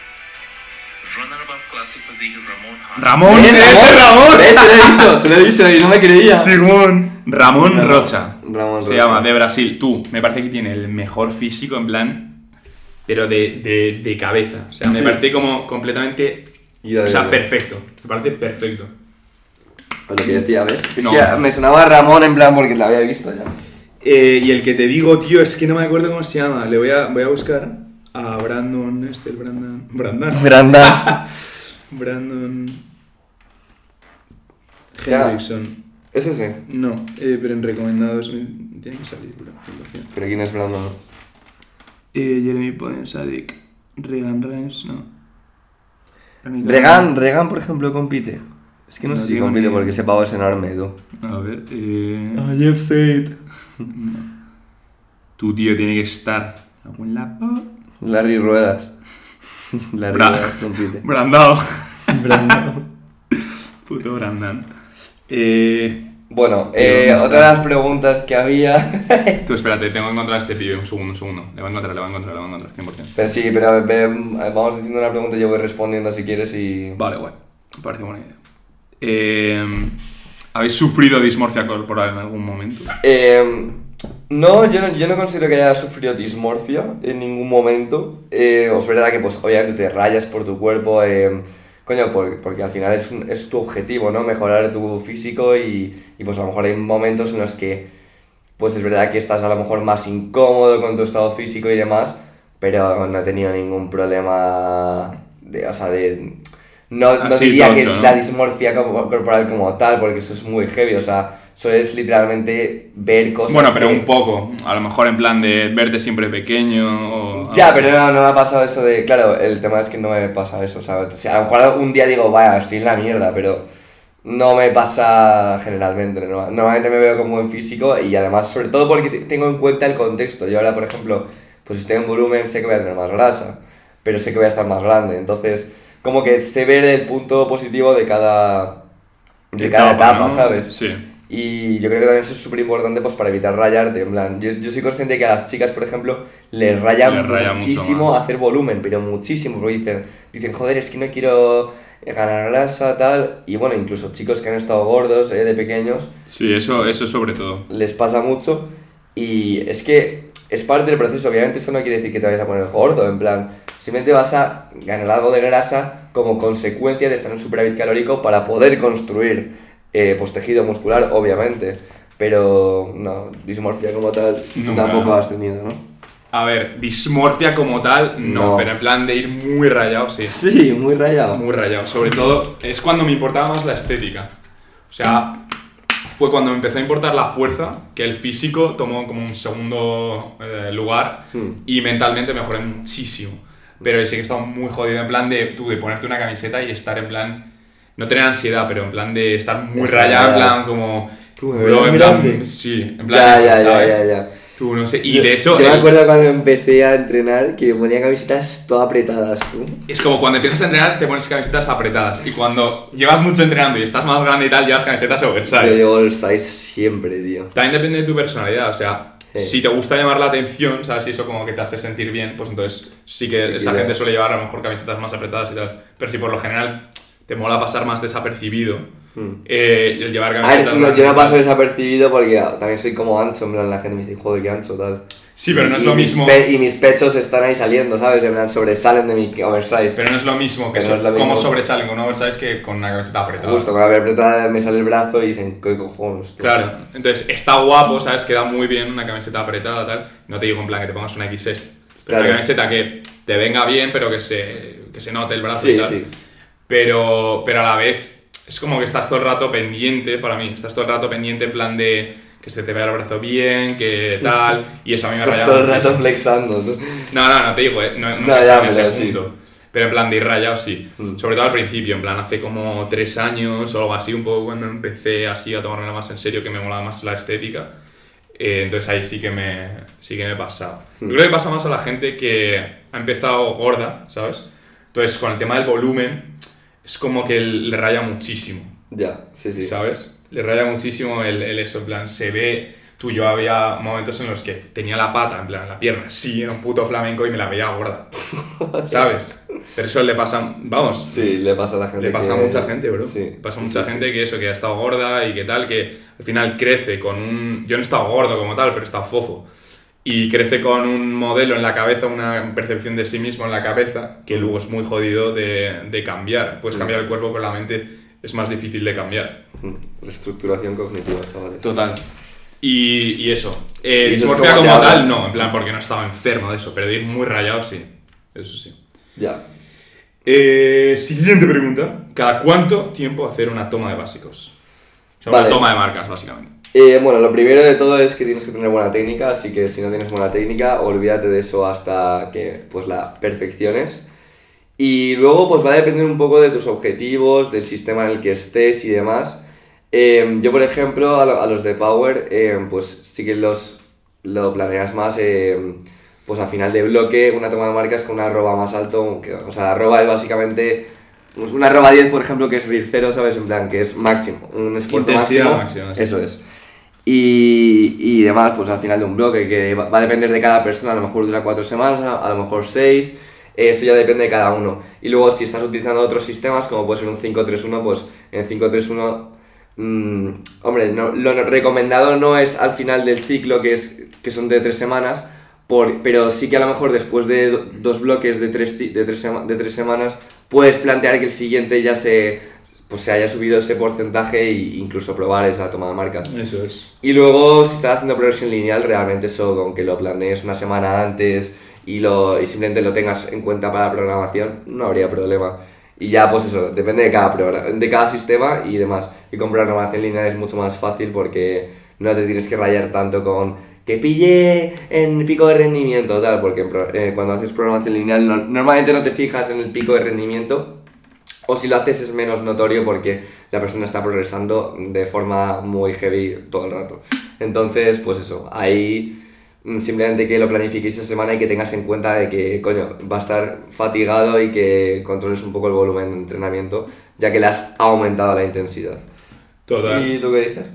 Runner-up of classic physique Ramon Hart.
¡Ramón!
¡Bien,
¡eh,
Ramón! Eh,
¡Ramón!
Se lo he dicho, se lo he dicho y no me creía.
Simón.
Ramón
Ramón-
Rocha.
Ramón
se
Rocha.
llama, de Brasil. Tú, me parece que tiene el mejor físico, en plan, pero de, de- de cabeza. O sea, me
Sí.
parece como completamente...
Ida
o
de
sea,
olla.
perfecto. Me parece perfecto.
Pues Lo que decía, ¿ves? Es
No.
que me sonaba Ramón en plan porque la había visto ya.
Eh, y el que te digo, tío, es que no me acuerdo cómo se llama. Le voy a, voy a buscar a Brandon, este, el Brandon... Brandon. (laughs)
Granda.
Brandon
Ya.
Hendrickson.
es ese.
No, eh, pero en recomendados me- tiene que salir, bro. fundación.
Pero quién es Brandon.
Eh, Jeremy Poden, Sadik, Regan Rens, no.
Regan, Regan por ejemplo compite. Es que no,
No
sé si
tengo ni
compite
idea.
porque ese pavo es enorme, tú.
A ver, eh.
Jeff Said.
Tu tío tiene que estar. Algún lapo.
Larry Ruedas. (laughs) Larry
Bra-
Ruedas compite.
Brandao. (laughs)
Brandon.
Puto Brandon. Eh.
Bueno,
¿Y
eh,
dónde está?
otra de las preguntas que había. (laughs)
Tú espérate, tengo que encontrar a este pibe. Un segundo, un segundo. Le voy a encontrar, le voy a encontrar, le voy a encontrar, 100%.
pero sí, pero a ver, vamos diciendo una pregunta y yo voy respondiendo si quieres y.
Vale, guay. Me parece buena idea. Eh, ¿Habéis sufrido dismorfia corporal en algún momento?
Eh, no, yo no, yo no considero que haya sufrido dismorfia en ningún momento. Eh, es verdad que, pues, obviamente te rayas por tu cuerpo, eh, coño, por- porque al final es, un- es tu objetivo, ¿no? Mejorar tu físico y, y, pues, a lo mejor hay momentos en los que, pues, es verdad que estás a lo mejor más incómodo con tu estado físico y demás, pero no he tenido ningún problema, de, o sea, de... No, no
Así,
diría que
tocho, ¿no?
la dismorfia como- corporal como tal, porque eso es muy heavy, o sea, eso es literalmente ver cosas.
Bueno, pero
que-
un poco. A lo mejor en plan de verte siempre pequeño o...
Ya,
algo así.
pero no, no me ha pasado eso de. Claro, el tema es que no me pasa eso, o sea, o sea, a lo mejor un día digo, vaya, estoy en la mierda, pero. mm, No me pasa generalmente, no- normalmente me veo con buen físico y además, sobre todo porque te- tengo en cuenta el contexto. Yo ahora, por ejemplo, pues si estoy en volumen, sé que voy a tener más grasa, pero sé que voy a estar más grande. Entonces, como que sé ver el punto positivo de cada, de cada etapa,
¿no?
¿sabes?
Sí.
Y yo creo que también eso es súper importante pues, para evitar rayarte. En plan, yo, yo soy consciente de que a las chicas, por ejemplo, les rayan
Les raya mucho
muchísimo
más.
hacer volumen, pero muchísimo, porque dicen, dicen, joder, es que no quiero ganar grasa, tal. Y bueno, incluso chicos que han estado gordos eh, de pequeños,
Sí, eso, eso sobre todo.
les pasa mucho. Y es que es parte del proceso. Obviamente, esto no quiere decir que te vayas a poner gordo. En plan, simplemente vas a ganar algo de grasa como consecuencia de estar en superávit calórico para poder construir eh, pues, tejido muscular, obviamente. Pero no, dismorfia como tal, tú
Nunca,
tampoco
¿no?
has tenido, ¿no?
A ver, dismorfia como tal, no,
No.
pero en plan de ir muy rayado, sí.
Sí, muy rayado.
Muy rayado. Sobre todo, es cuando me importaba más la estética. O sea, fue cuando me empezó a importar la fuerza, que el físico tomó como un segundo eh, lugar
Hmm.
y mentalmente mejoré muchísimo. Pero sí que estaba muy jodido en plan de, tú, de ponerte una camiseta y estar en plan, no tener ansiedad, pero en plan de estar muy
Estar
rayado, en
rayado.
plan como...
Tú, me
bro,
ves
en
muy
plan-
grande.
sí, en plan...
Ya, ya,
eso,
ya,
¿sabes?
ya, ya.
Tú no sé, y
Yo-
de hecho...
Yo me
el-
acuerdo cuando empecé a entrenar que me ponía camisetas todas apretadas, tú.
Es como cuando empiezas a entrenar, te pones camisetas apretadas. Y cuando llevas mucho entrenando y estás más grande y tal, llevas camisetas
Yo
oversize.
llevo el size siempre, tío.
También depende de tu personalidad, o sea,
Sí.
si te gusta llamar la atención, ¿sabes? Si eso como que te hace sentir bien, pues entonces sí que
Sí,
esa
ya.
gente suele llevar a lo mejor camisetas más apretadas y tal. Pero si por lo general te mola pasar más desapercibido,
Hmm.
eh, el llevar
A ver,
camisetas...
no,
más
yo no paso
apretadas-
desapercibido porque ah, también soy como ancho, en plan, la gente me dice, joder, qué ancho, tal.
Sí, pero no es
Y
lo
mis
mismo...
pe- y mis pechos están ahí saliendo, ¿sabes? En plan, sobresalen de mi oversize.
Pero no es lo mismo que
Pero no es
so-
lo
como
mismo.
sobresalen con un oversize que con una camiseta apretada.
Justo, con la apretada me sale el brazo y dicen, qué cojones, tú.
Claro, entonces está guapo, ¿sabes? Queda muy bien una camiseta apretada, tal. No te digo en plan que te pongas una XS. pero
Claro.
Una camiseta que te venga bien, pero que se, que se note el brazo y
Sí,
tal.
sí.
Pero, pero a la vez es como que estás todo el rato pendiente, para mí, estás todo el rato pendiente en plan de que se te vea el brazo bien, que tal. Y eso a mí me raya
Estás todo el
muchísimo.
rato flexando. tú.
No, no, no te digo, eh, no, no,
No, ya,
en
pero
ese
sí.
punto. Pero en plan de ir rayado, sí.
Mm.
Sobre todo al principio, en plan hace como tres años o algo así, un poco cuando empecé así a tomármela más en serio, que me molaba más la estética. Eh, entonces ahí sí que me, sí que me pasaba. Yo
Mm.
creo que pasa más a la gente que ha empezado gorda, ¿sabes? Entonces con el tema del volumen, es como que le raya muchísimo.
Ya, sí, sí.
¿sabes? Le raya muchísimo el, el eso, en plan, se ve, tú, yo había momentos en los que tenía la pata, en plan, la pierna, sí, era un puto flamenco y me la veía gorda,
(laughs)
¿sabes? Pero eso le pasa, vamos,
Sí, le pasa a la gente.
le pasa a
que-
mucha gente, bro.
Sí.
Pasa a
sí,
mucha
sí,
gente
sí.
que eso, que ha estado gorda y que tal, que al final crece con un... Yo no he estado gordo como tal, pero he estado fofo. Y crece con un modelo en la cabeza, una percepción de sí mismo en la cabeza, que luego es muy jodido de, de cambiar. Puedes cambiar el cuerpo, pero la mente es más difícil de cambiar.
Mm, Reestructuración cognitiva, chavales.
Total. Y, y eso. Eh,
Y eso es
dismorfia
como
como,
te hablas.
tal, no, en plan, porque no estaba enfermo de eso, pero de ir muy rayado, sí. Eso sí.
Ya.
Eh, siguiente pregunta. ¿Cada cuánto tiempo hacer una toma de básicos? O sea,
Vale.
una toma de marcas, básicamente.
Eh, bueno, lo primero de todo es que tienes que tener buena técnica, así que si no tienes buena técnica, olvídate de eso hasta que pues la perfecciones. Y luego pues va a depender un poco de tus objetivos, del sistema en el que estés y demás. Eh, yo, por ejemplo, a, lo- a los de Power, eh, pues sí que los lo planeas más eh, pues a final de bloque, una toma de marcas con una arroba más alto, que- o sea, la arroba es básicamente pues, una arroba 10, por ejemplo, que es RIR 0, ¿sabes? En plan, que es máximo, un esfuerzo
Intensidad
máximo.
máxima, sí.
Eso es. Y, y demás, pues al final de un bloque, que va va a depender de cada persona, a lo mejor dura cuatro semanas, a, a lo mejor seis, eh, eso ya depende de cada uno. Y luego si estás utilizando otros sistemas, como puede ser un 5-3-1, pues en 5-3-1, mm, hombre, no- lo no- recomendado no es al final del ciclo, que, es, que son de tres semanas, por- pero sí que a lo mejor después de do- dos bloques de tres, ci- de, tres sema- de tres semanas, puedes plantear que el siguiente ya se, pues, se haya subido ese porcentaje e incluso probar esa toma de marcas.
Eso es.
Y luego, si estás haciendo progresión lineal, realmente eso, con que lo planees una semana antes y, lo, y simplemente lo tengas en cuenta para la programación, no habría problema. Y ya, pues eso, depende de cada, progra- de cada sistema y demás. Y con programación lineal es mucho más fácil porque no te tienes que rayar tanto con que pille en pico de rendimiento, tal, porque en pro- eh, cuando haces programación lineal no- normalmente no te fijas en el pico de rendimiento, O si lo haces es menos notorio porque la persona está progresando de forma muy heavy todo el rato. Entonces, pues eso, ahí mm, simplemente que lo planifiques esta semana y que tengas en cuenta de que, coño, va a estar fatigado y que controles un poco el volumen de entrenamiento, ya que le has aumentado la intensidad.
Total.
¿Y tú qué dices?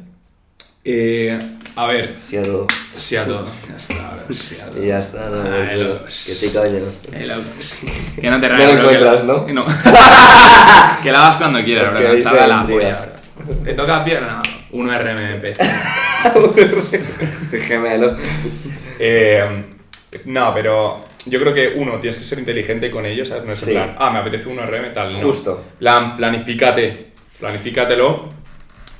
Eh, a ver,
Sí, a todo.
sí a todo. Ya está, ahora sí a todo.
Y ya está, no,
Ah,
no,
el-
no, que te calles.
El au- Que no te
No
rayes,
lo
bro, que
encuentras,
la-
¿no? (laughs)
que la vas cuando quieras,
Es
bro.
que
Que
ahí
salga
te
la
intriga.
polla, bro. Te toca pierna, 1 RMP.
(laughs) Gemelo.
Eh, no, pero yo creo que uno, tienes que ser inteligente con ellos, ¿sabes? No es en
Sí.
plan, ah, me apetece un RM, tal. no.
Justo.
Plan, planifícate, planifícatelo.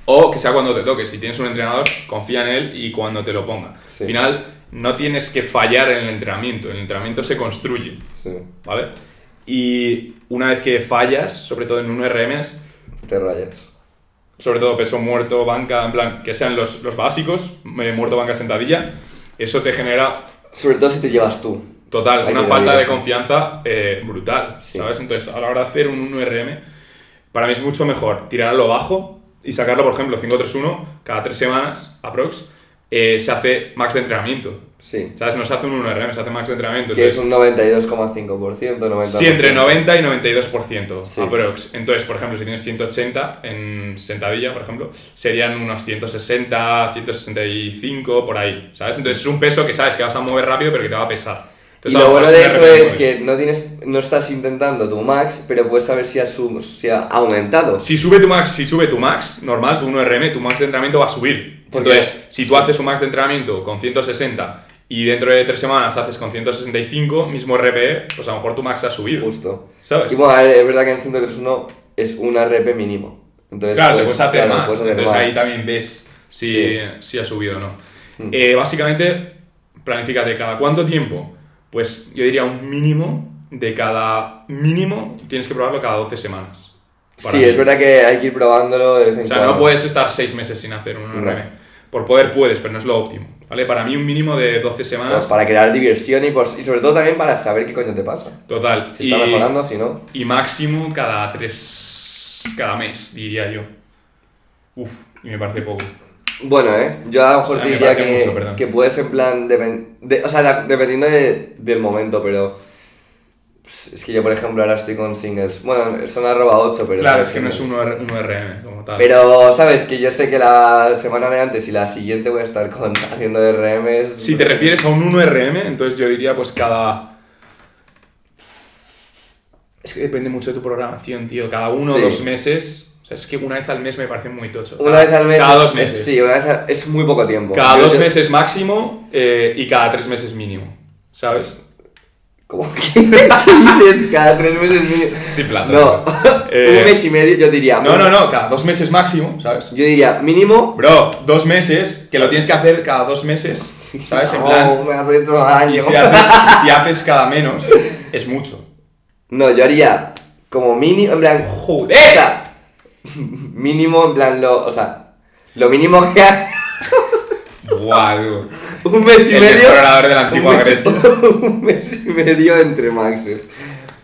O que sea cuando te toque. Si tienes un entrenador, confía en él y cuando te lo ponga.
Sí.
Al final, no tienes que fallar en el entrenamiento. El entrenamiento se construye.
Sí,
¿vale? Y una vez que fallas, sobre todo en un RMs,
te rayas.
sobre todo peso muerto, banca, en plan, que sean los, los básicos, eh, muerto, banca, sentadilla, eso te genera
Sobre todo si te llevas tú.
total,
Hay
una
que
falta
darle
de
eso.
confianza eh, brutal,
Sí.
¿sabes? Entonces, a la hora de hacer un 1RM, para mí es mucho mejor tirar a lo bajo y sacarlo, por ejemplo, 5-3-1, cada tres semanas, aprox, eh, se hace max de entrenamiento,
Sí.
¿sabes? No se hace un 1RM, se hace max de entrenamiento.
Que es
entonces-
un 92,5%, 90%.
Sí, entre 90 y 92%
Sí.
aprox. Entonces, por ejemplo, si tienes 180 en sentadilla, por ejemplo, serían unos 160, 165, por ahí, ¿sabes? Entonces es un peso que sabes que vas a mover rápido, pero que te va a pesar.
Y
Entonces, a
lo bueno
mejor
de
si pues.
eso
repente
es
mueves.
que no, tienes, no estás intentando tu max, pero puedes saber si ha, sub- si ha aumentado.
Si sube tu max, si sube tu max, normal, tu 1RM, tu max de entrenamiento va a subir.
Porque-
Entonces, si tú haces un max de entrenamiento con 160 y dentro de tres semanas haces con 165, mismo RPE, pues a lo mejor tu max ha subido,
Justo.
¿sabes?
Y bueno, a ver, es verdad que en 131 es un RP mínimo. Entonces,
Claro, te puedes hacer
claro,
más.
puedes hacer
Entonces
más.
ahí también ves si,
Sí. Mm.
si ha subido o no. Eh, básicamente, planifícate cada cuánto tiempo. Pues yo diría un mínimo de cada mínimo tienes que probarlo cada 12 semanas. Para
Sí,
mí.
es verdad que hay que ir probándolo de vez en
O sea,
cuando.
no puedes estar 6 meses sin hacer un RM.
No.
Por poder puedes, pero no es lo óptimo. ¿Vale? Para mí un mínimo de 12
Pero
semanas.
Pues Para crear diversión y, por- y sobre todo también para saber qué coño te pasa.
Total.
Si está
y,
mejorando, si no.
y máximo cada 3 cada mes, diría yo. Uf, y me parece poco.
Bueno, eh. Yo a lo mejor
O sea,
te
me
diría
parece
que,
mucho, perdón.
que puedes en plan. depen- de- o sea, da- dependiendo de- del momento, pero. pues, Es que yo, por ejemplo, ahora estoy con singles. Bueno, son arroba 8, pero.
Claro,
son
es que no es
singles.
un RM como tal.
Pero, ¿sabes? Que yo sé que la semana de antes y la siguiente voy a estar con, (laughs) haciendo DRMs.
Si te refieres a un 1RM, entonces yo diría pues cada... Es que depende mucho de tu programación, tío. Cada uno o
Sí.
dos meses... O sea, es que una vez al mes me parece muy tocho.
Una
Cada-
vez al mes.
Cada
es-
dos
es-
meses.
sí, una vez al- es muy poco tiempo.
Cada
Yo
dos
te-
meses máximo eh, y cada tres meses mínimo. ¿Sabes?
(laughs) ¿Cómo que dices? Cada tres meses. mínimo.
(laughs) Sí, plano.
No,
(laughs)
un mes y medio yo diría.
Eh, no, no, no. Cada dos meses máximo, ¿sabes?
Yo diría mínimo.
Bro, dos meses, que lo tienes que hacer cada dos meses, ¿sabes? En plan...
Oh, me hace todo
Y
daño.
si haces, si haces cada menos, es mucho.
No, yo haría como mínimo, en plan,
¡Joder!
o sea, (laughs) mínimo, en plan, lo, o sea, lo mínimo que ha,
Guau, dude.
(laughs) un mes y
El
medio, (laughs)
explorador de la antigua
un,
Grecia.
mes, (laughs) un mes y medio entre maxes,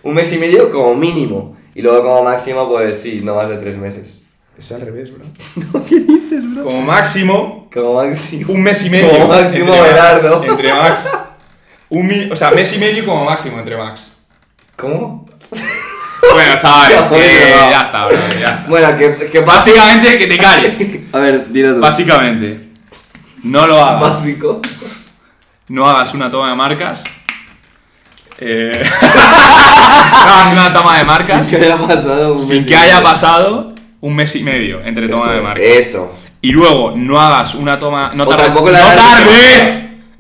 un mes y medio como mínimo, y luego como máximo, pues sí, no más de tres meses,
Es al revés, bro. Como máximo,
como máximo, (laughs)
un mes y medio.
Como máximo,
entre ma-
Berardo.
Entre max. Un mi- o sea, mes y medio como máximo entre max.
¿cómo?
Bueno, chavales,
que ya
está, bro. Ya está.
Bueno, que, que pase,
Básicamente, que te calles.
a ver, dilo tú,
Básicamente, no lo hagas.
básico,
No hagas una toma de marcas. Eh, (laughs) no hagas una toma de marcas
que haya pasado un mes
sin
y
que haya
medio.
pasado un mes y medio entre toma de
Eso,
marcas.
Eso,
y luego no hagas una toma. No
O
tardes,
tampoco la
no
hagas-
tardes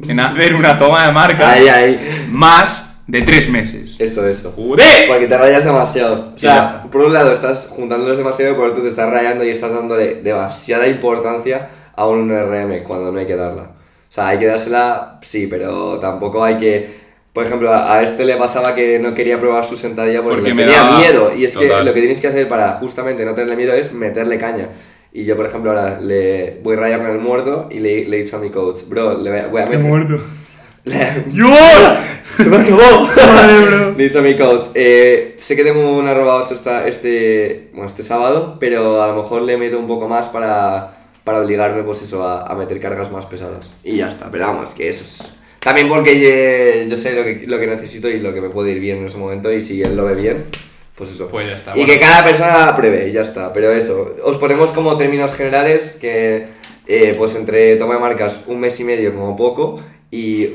en hacer una toma de marca
ahí, Pues ahí,
más de tres meses.
eso, eso.
¡Joder!
Porque te rayas demasiado. O
Y ya
sea,
está.
por un lado estás juntándolos demasiado y por otro te estás rayando y estás dándole demasiada importancia a un RM cuando no hay que darla. O sea, hay que dársela, sí, pero tampoco hay que... Por ejemplo, a a este le pasaba que no quería probar su sentadilla porque,
Porque
le
me
tenía
daba-
miedo. Y es que
Total.
lo que tienes que hacer para justamente no tenerle miedo es meterle caña. Y yo, por ejemplo, ahora le voy a rayar con el muerto y le, le he dicho a mi coach, bro, le voy a, voy a
He
meter...
muerto.
(laughs) le-
¡Dios!
¡Se me acabó!
Vale, bro.
(laughs) Dicho a mi coach, eh, sé que tengo una arroba 8 esta- este, bueno, este sábado, pero a lo mejor le meto un poco más para, para obligarme pues eso, a, a meter cargas más pesadas. Y ya está, pero vamos, que eso es... También porque eh, yo sé lo que, lo que necesito y lo que me puede ir bien en ese momento y si él lo ve bien, pues eso.
Pues ya está,
Y
bueno.
que cada persona apruebe y ya está, pero eso. Os ponemos como términos generales que eh, pues entre toma de marcas un mes y medio como poco y...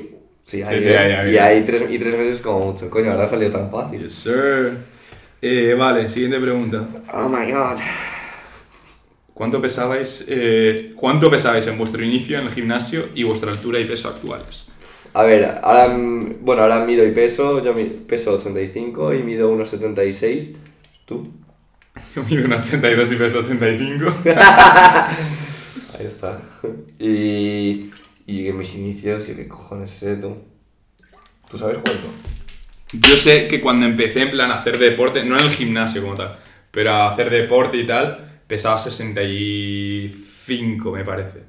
Sí, ahí,
sí,
eh,
ahí, ahí.
y ahí tres, y tres meses como mucho. Coño, ahora ha salido tan fácil.
Yes, sir. Eh, vale, siguiente pregunta.
Oh my god.
¿Cuánto pesabais, eh, ¿Cuánto pesabais en vuestro inicio en el gimnasio y vuestra altura y peso actuales? (laughs)
A ver, ahora, mm, bueno, ahora mido y peso. Yo mi- peso 85 y mido 1,76. ¿Tú?
Yo mido un 82 y peso 85.
Ahí está. (laughs) Y, y en mis inicios, yo qué cojones sé tú. ¿Tú sabes cuánto?
Yo sé que cuando empecé en plan a hacer deporte, no en el gimnasio como tal, pero a hacer deporte y tal, pesaba 65, me parece.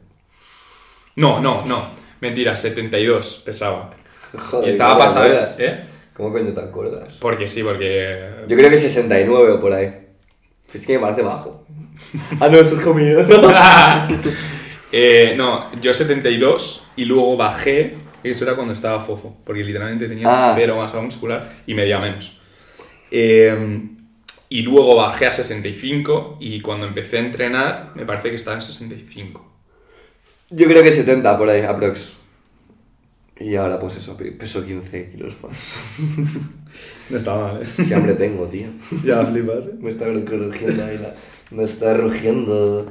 No, no, no. Mentira, 72 pesaba.
(laughs) Joder,
y estaba
¿cómo te
pasada.
acuerdas?
¿Eh?
¿Cómo coño te acuerdas?
Porque sí, porque.
Yo creo que 69 o por ahí. Es que me parece
(laughs)
bajo. ah, (laughs) no, eso es comido.
Eh, no, yo 72 y luego bajé. Eso era cuando estaba fofo, porque literalmente tenía
Ah.
cero masa muscular y media menos. Eh, y luego bajé a 65 y cuando empecé a entrenar me parece que estaba en 65.
Yo creo que 70 por ahí, aprox. Y ahora pues eso, pe- peso 15 kilos más.
(laughs) No está mal, eh.
Qué hambre tengo, tío.
(laughs) Ya flipas. eh.
Me está rugiendo ahí la... Me está rugiendo.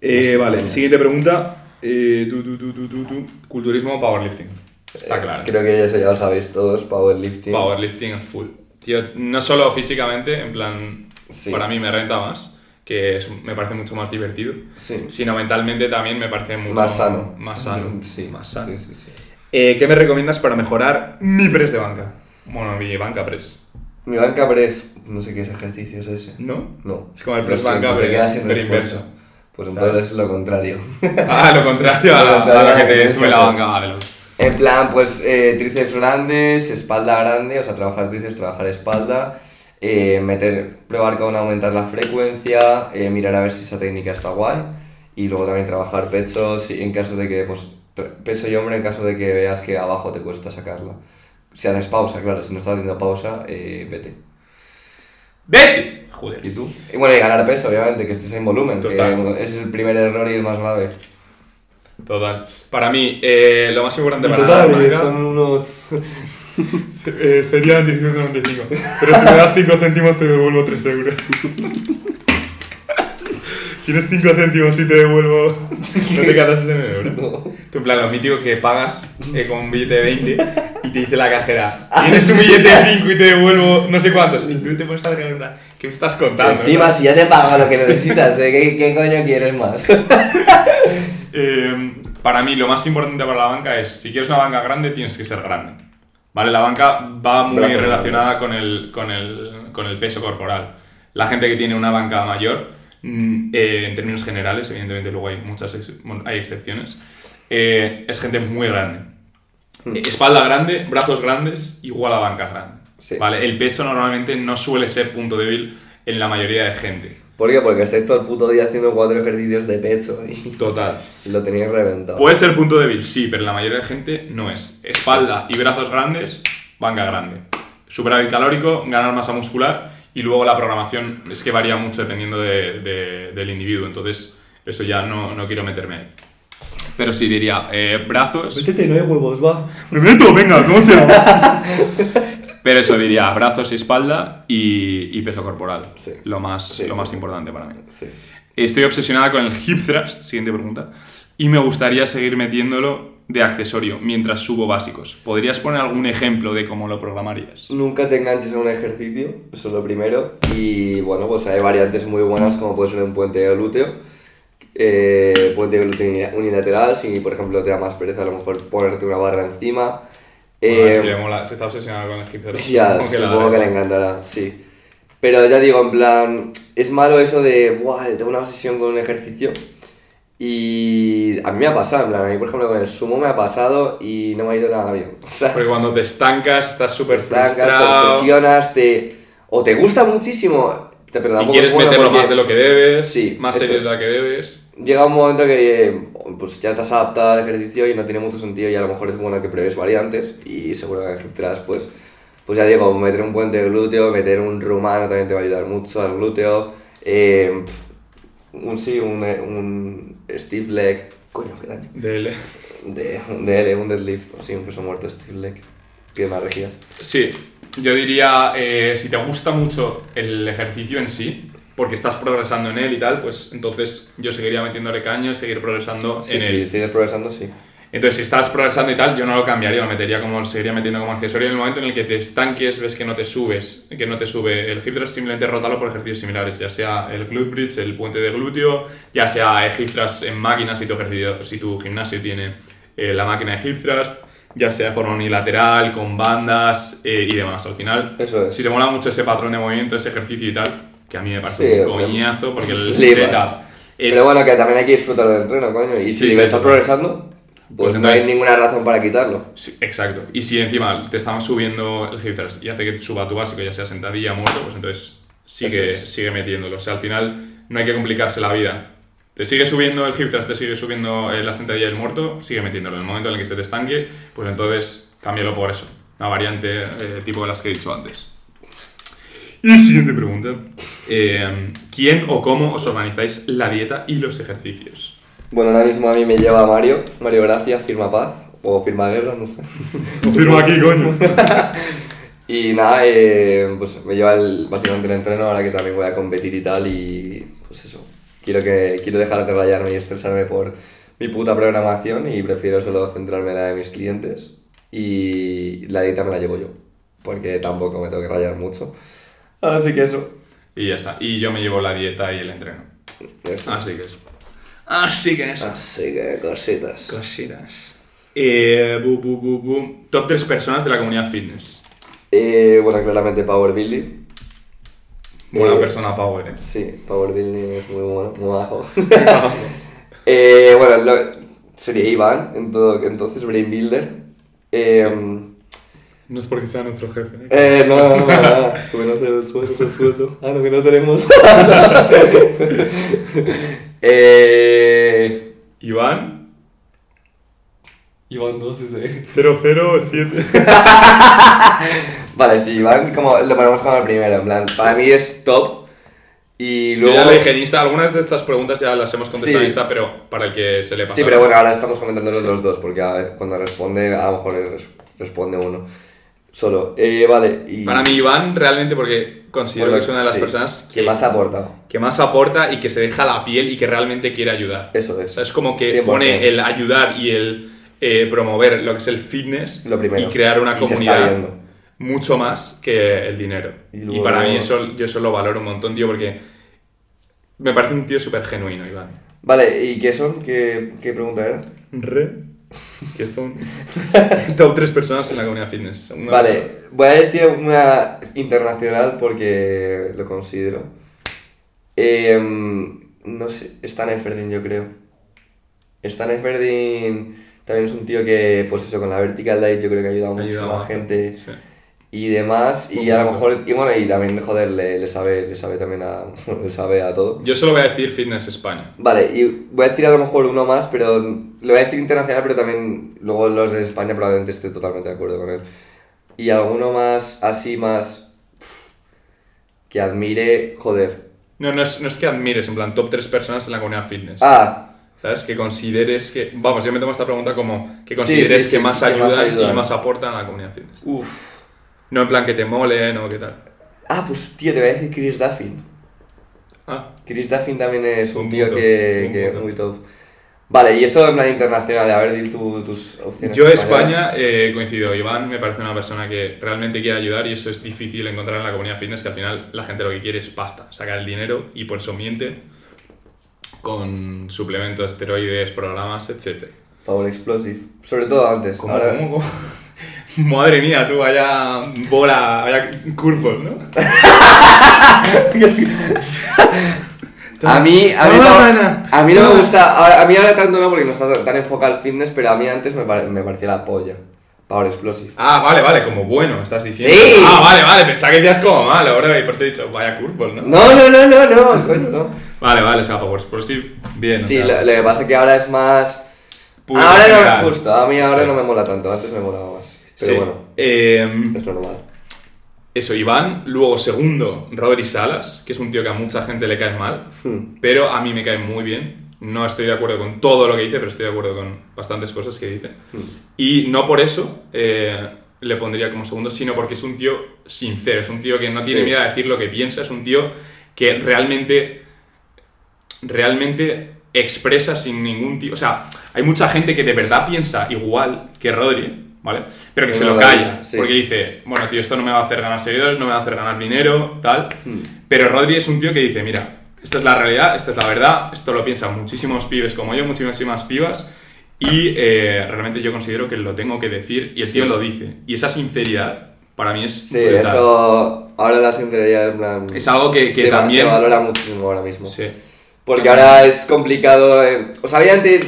Eh, vale, siguiente pregunta. Eh, tú, tú, tú, tú, tú, tú.
Culturismo o powerlifting. Está
Eh,
claro.
Creo que eso ya lo sabéis todos, powerlifting.
Powerlifting en full. Tío, no solo físicamente, en plan,
Sí.
para mí me renta más, que es- me parece mucho más divertido,
Sí.
sino mentalmente también me parece mucho
Más sano.
Más sano.
Sí,
más sano.
Sí, sí, sí.
Eh, ¿Qué me recomiendas para mejorar mi
Press
press
de banca. Bueno, mi banca press.
Mi banca press, no sé qué es ejercicio es ese.
¿No?
No.
Es como el
Lo
press
siento,
banca,
te
pero-
quedas sin
pero
respuesta.
inverso.
Pues
¿Sabes?
entonces es lo contrario. (laughs)
Ah, lo contrario a, la- a lo que te sube la banca. Vale, lo-
En plan, pues eh, tríceps grandes, espalda grande, o sea, trabajar tríceps, trabajar espalda, eh, meter, probar con aumentar la frecuencia, eh, mirar a ver si esa técnica está guay, y luego también trabajar pecho, si- en caso de que, pues, tra- pecho y hombro en caso de que veas que abajo te cuesta sacarla. Si haces pausa, claro, si no estás haciendo pausa, eh, vete.
¡Vete! Joder.
¿Y tú? Y bueno, y ganar peso, obviamente, que estés en volumen, que
Total.
es el primer error y el más grave.
Total. Para mí, eh, lo más importante para
Total, eh,
la banca-
son unos...
Eh, sería 17,95. Pero si me das 5 céntimos te devuelvo 3 euros. Tienes 5 céntimos y te devuelvo.
No te quedas ese euro. Tú, en plan, lo mítico que pagas eh, con un billete de
(laughs)
20 y te dice la cajera,
Ah.
tienes un billete de 5 y te devuelvo no sé cuántos. Y tú te pones a regalar una. ¿Qué me estás contando?
Encima, si ya te pagas (laughs) lo que necesitas, ¿eh? ¿Qué, qué coño quieres más?
Eh, para mí, lo más importante para la banca es: si quieres una banca grande, tienes que ser grande. ¿Vale? La banca va muy
Brazos
relacionada con el, con, el, con el peso corporal. La gente que tiene una banca mayor, mm, eh, en términos generales, evidentemente luego hay muchas ex- bueno, hay excepciones, eh, es gente muy grande. Eh, Espalda grande, brazos grandes, igual a banca grande.
Sí.
¿Vale? El pecho normalmente no suele ser punto débil en la mayoría de gente.
(laughs) ¿Por qué? Porque estáis todo el puto día haciendo cuatro ejercicios de pecho y (laughs)
Total.
lo tenéis reventado.
Puede ser punto débil, sí, pero la mayoría de gente no es. Espalda y brazos grandes, banca grande. Superávit calórico, ganar masa muscular y luego la programación es que varía mucho dependiendo de- de- del individuo, entonces eso ya no, no quiero meterme. ahí. Pero sí diría eh, brazos,
Métete, no hay huevos, va.
Me meto, venga, ¿cómo se llama?
(laughs) pero eso diría brazos y espalda y, y peso corporal.
Sí.
Lo más,
Sí,
lo
sí,
más
sí.
importante para mí.
Sí.
Estoy obsesionada con el hip thrust, siguiente pregunta, y me gustaría seguir metiéndolo de accesorio mientras subo básicos. ¿Podrías poner algún ejemplo de cómo lo programarías?
Nunca te enganches a un ejercicio, eso es lo primero. Y bueno, pues hay variantes muy buenas como puede ser un puente de glúteo. Eh, puente de glúteo uni- unilateral, si por ejemplo te da más pereza a lo mejor ponerte una barra encima.
Bueno, a ver
Eh,
si le mola, se está obsesionada con el hip thrust.
Ya,
supongo que la-
supongo que le encantará, sí. Pero ya digo, en plan, es malo eso de, buah, tengo una obsesión con un ejercicio. Y a mí me ha pasado, en plan, a mí por ejemplo con el sumo me ha pasado y no me ha ido nada bien. (laughs) O sea,
Porque cuando te estancas, estás súper
blancas, te
frustrado.
obsesionas, te... o te gusta muchísimo, te, pero
Y
tampoco
quieres
es bueno
meterlo
porque
más de lo que debes,
Sí,
más
eso
series
es.
de la que debes.
Llega un momento que eh, pues ya te has adaptado al ejercicio y no tiene mucho sentido y a lo mejor es bueno que pruebes variantes y seguro que ejecutarás pues, pues ya digo, meter un puente de glúteo, meter un rumano también te va a ayudar mucho al glúteo, eh, pf, un sí, un, eh, un stiff leg, coño, qué daño.
Del-
De, un DL, un deadlift, pues sí, un peso muerto, steel leg, piernas rígidas.
Sí, yo diría, eh, si te gusta mucho el ejercicio en sí, porque estás progresando en él y tal, pues entonces yo seguiría metiéndole caña y seguir progresando
Sí,
en
sí,
él.
sigues progresando, sí.
Entonces, si estás progresando y tal, yo no lo cambiaría, lo metería como lo seguiría metiendo como accesorio. En el momento en el que te estanques, ves que no te subes, que no te sube el hip thrust, simplemente rótalo por ejercicios similares, ya sea el glute bridge, el puente de glúteo, ya sea el hip thrust en máquina si tu ejercicio, si tu gimnasio tiene eh, la máquina de hip thrust, ya sea de forma unilateral, con bandas eh, y demás. Al final,
Eso es.
si te mola mucho ese patrón de movimiento, ese ejercicio y tal, que a mí me
Sí,
parece un
hombre.
coñazo porque el
(laughs) Flipas.
setup es
Pero bueno, que también hay que disfrutar del entreno, coño. Y si
Sí, sí,
estás
sí.
progresando, pues,
Pues
no hay
entonces-
ninguna razón para quitarlo.
Sí, exacto. Y si encima te estamos subiendo el hip thrust y hace que suba tu básico, ya sea sentadilla o muerto, pues entonces sigue,
Eso es.
sigue metiéndolo. O sea, al final no hay que complicarse la vida. Te sigue subiendo el hip thrust, te sigue subiendo eh, la sentadilla y el muerto, sigue metiéndolo. En el momento en el que se te estanque, pues entonces cámbialo por eso. Una variante eh, tipo de las que he dicho antes. Y siguiente pregunta. Eh, ¿Quién o cómo os organizáis la dieta y los ejercicios?
Bueno, ahora mismo a mí me lleva Mario, Mario Gracia, firma paz o firma guerra, no sé.
Firma aquí, coño.
(laughs) Y nada, eh, pues me lleva el- básicamente el entreno ahora que también voy a competir y tal y pues eso. Quiero, que, quiero dejar de rayarme y estresarme por mi puta programación y prefiero solo centrarme en la de mis clientes y la dieta me la llevo yo, porque tampoco me tengo que rayar mucho. Así que eso.
Y ya está. Y yo me llevo la dieta y el entreno.
eso.
Así que eso.
Ah,
Así que eso.
Así que cositas.
Cositas. Eh, bu, bu, bu, bu. Top 3 personas de la comunidad fitness.
Eh, bueno, claramente Power Building.
Buena
Eh,
persona, Power. eh.
Sí, Power Building es muy bueno, muy (laughs) bajo. Eh, bueno, lo- sería Iván, en todo- entonces Brain Builder. Eh,
No es porque sea nuestro jefe. ¿eh?
eh, no, no, no, (laughs) no, no, tú menos el sueldo, el sueldo. Ah, no, que no tenemos. (laughs) eh,
Iván.
Iván 2, ese.
007.
Vale, sí, Iván como, lo ponemos como el primero, en plan, para mí es top. Y
Yo
luego...
ya le dije en Insta. Algunas de estas preguntas ya las hemos contestado
Sí.
en Insta, pero para el que se le pasa.
Sí, pero bueno, ahora estamos comentándolos los dos, porque a ver, cuando responde, a lo mejor res- responde uno solo. Eh, vale, y...
Para mí, Iván, realmente, porque considero
Bueno,
que es una de las
sí,
personas
que más aporta.
que más aporta y que se deja la piel y que realmente quiere ayudar.
Eso
O
es.
sea, es como que
100%.
pone el ayudar y el eh, promover lo que es el fitness
Lo primero.
y crear una
Y se está
comunidad
viendo.
mucho más que el dinero.
Y
Y,
luego-
para mí eso, yo eso lo valoro un montón, tío, porque me parece un tío súper genuino, Iván.
Vale, ¿y qué son? ¿Qué, qué pregunta era?
Re. Que
(laughs)
son.
Top 3 personas en la comunidad fitness. Una
vale,
persona.
voy a decir una internacional porque lo considero. Em, no sé, Stan Efferdin, yo creo. Stan Efferdin también es un tío que, pues eso, con la vertical diet yo creo que ha ayudado
Ha
mucho
ayudado
a la
bastante,
gente.
sí.
y demás y a lo mejor y bueno y también joder le, le sabe le sabe también a (laughs) le sabe a todo
Yo solo voy a decir Fitness España.
vale y voy a decir a lo mejor uno más pero lo voy a decir internacional pero también luego los de España probablemente esté totalmente de acuerdo con él y alguno más así más pf, que admire joder
No, no es, no es que admires, en plan, top 3 personas en la comunidad fitness.
ah
¿Sabes? Que consideres que. Vamos, yo me tomo esta pregunta como que
Sí,
consideres
sí,
que,
sí,
más
sí, que
ayudan
más ayudan.
y más aportan a la comunidad fitness.
uff
No en plan que te molen o qué tal.
ah pues tío te voy a decir Chris Duffin
Ah,
Chris Duffin también es un,
Un
tío
punto,
que,
un
que
punto.
muy top vale y eso en plan internacional a ver di tu- tus opciones
yo
españolas.
España eh, coincido. Iván me parece una persona que realmente quiere ayudar y eso es difícil encontrar en la comunidad fitness que al final la gente lo que quiere es pasta, sacar el dinero y por eso miente con suplementos, esteroides, programas, etc.
Power Explosive. Sobre todo antes.
¿Cómo,
Ahora-
cómo, cómo? (laughs) Madre mía, tú, vaya bola, vaya curvo, ¿no?
A mí, a mí,
Banana.
no, a mí no me gusta, ahora- a mí ahora tanto no porque no está tan enfocado al fitness, pero a mí antes me, pare- me parecía la polla. Power Explosive.
Ah, vale, vale, como bueno, estás diciendo.
Sí.
Ah, vale, vale, pensaba que decías como malo, bro, y por eso he dicho, vaya curveball, ¿no?
No, no, no, no, (laughs) no, coño, no.
Vale, vale, o sea, Power Explosive, bien. o
Sí,
sea,
lo, lo que pasa es que ahora es más...
público
ahora no
general.
es justo, a mí ahora
Sí.
no me mola tanto, antes me molaba más. Pero
Sí.
bueno,
Em,
es normal. (laughs)
Eso, Iván. Luego, segundo, Rodri Salas, que es un tío que a mucha gente le cae mal,
Hmm.
pero a mí me cae muy bien. No estoy de acuerdo con todo lo que dice, pero estoy de acuerdo con bastantes cosas que dice. Y no por eso eh, le pondría como segundo, sino porque es un tío sincero, es un tío que no tiene
Sí.
miedo a decir lo que piensa, es un tío que realmente realmente expresa sin ningún tipo. O sea, hay mucha gente que de verdad piensa igual que Rodri, ¿vale? Pero que
Es
se lo
verdad,
calla.
sí.
Porque dice, bueno, tío, esto no me va a hacer ganar seguidores, no me va a hacer ganar dinero, tal. Pero Rodri es un tío que dice, mira, esta es la realidad, esta es la verdad, esto lo piensan muchísimos pibes como yo, muchísimas pibas. Y eh, realmente yo considero que lo tengo que decir y el tío lo dice. Y esa sinceridad para mí es.
Sí,
brutal.
eso ahora la sinceridad en plan...
Es algo que, que
se, va-
también.
se valora muchísimo ahora mismo.
Sí.
Porque ahora es complicado. eh, o sea, obviamente.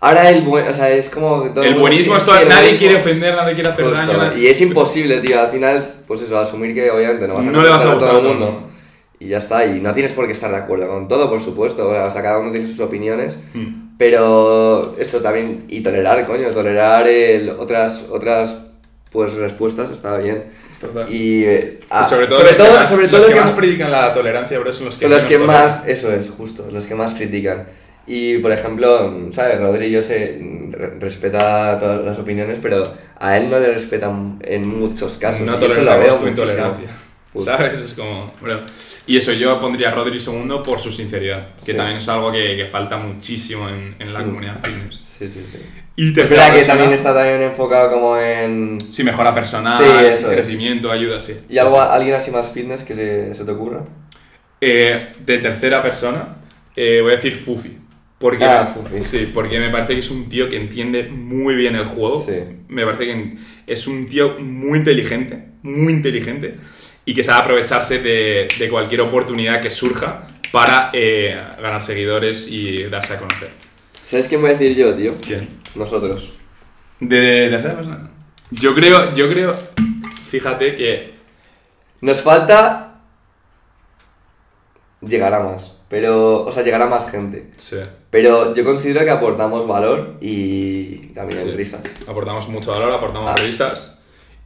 Ahora el buen. O sea, es como. que todo
El
mundo
buenismo
quiere-
es todo.
sí, el
Nadie
buenismo.
quiere ofender, nadie quiere hacer
Justo,
daño. nadie-
Y es imposible, tío. Al final, pues eso, asumir que obviamente no vas a
No le vas a
gustar todo el
gustar a todo el
mundo. Y ya está. Y no tienes por qué estar de acuerdo con todo, por supuesto. O sea, cada uno tiene sus opiniones.
Mm.
Pero eso también. Y tolerar, coño. Tolerar el- otras. otras pues respuestas está bien.
Total.
Y. eh, ah,
Y sobre todo, los, que más,
sobre
los
todo
que
que-
más predican la tolerancia, bro, son los que,
son los
menos
que
toleran.
más, eso es, justo, los que más critican. Y por ejemplo, ¿sabes? Rodrillo se re- respeta todas las opiniones, pero a él no le respetan en muchos casos.
No
y eso
toleran
lo veo
tu
muchísimo.
intolerancia.
Justo.
¿Sabes? Es como. bro. Y eso, yo pondría a Rodri segundo por su sinceridad, que
Sí.
también es algo que, que falta muchísimo en, en la
Mm.
comunidad fitness.
Sí, sí, sí.
Y
Es
tercera
verdad que
persona,
también está también enfocado como en...
Sí, mejora personal,
Sí, eso es.
crecimiento, ayuda, sí.
¿Y algo, alguien así más fitness que se, se te ocurra?
Eh, de tercera persona, eh, voy a decir Fufi. Porque,
Ah,
me-
Fufi.
Sí, porque me parece que es un tío que entiende muy bien el juego.
Sí.
Me parece que en- es un tío muy inteligente, muy inteligente, y que sabe aprovecharse de, de cualquier oportunidad que surja para eh, ganar seguidores y darse a conocer.
¿Sabes qué voy a decir yo, tío?
¿Quién?
Nosotros.
De tercera persona. Yo creo, yo creo, fíjate que
Nos falta... Llegar a más. Pero, o sea, llegar a más gente.
sí,
Pero yo considero que aportamos valor y también
Sí.
risas.
aportamos mucho valor, aportamos
Ah.
risas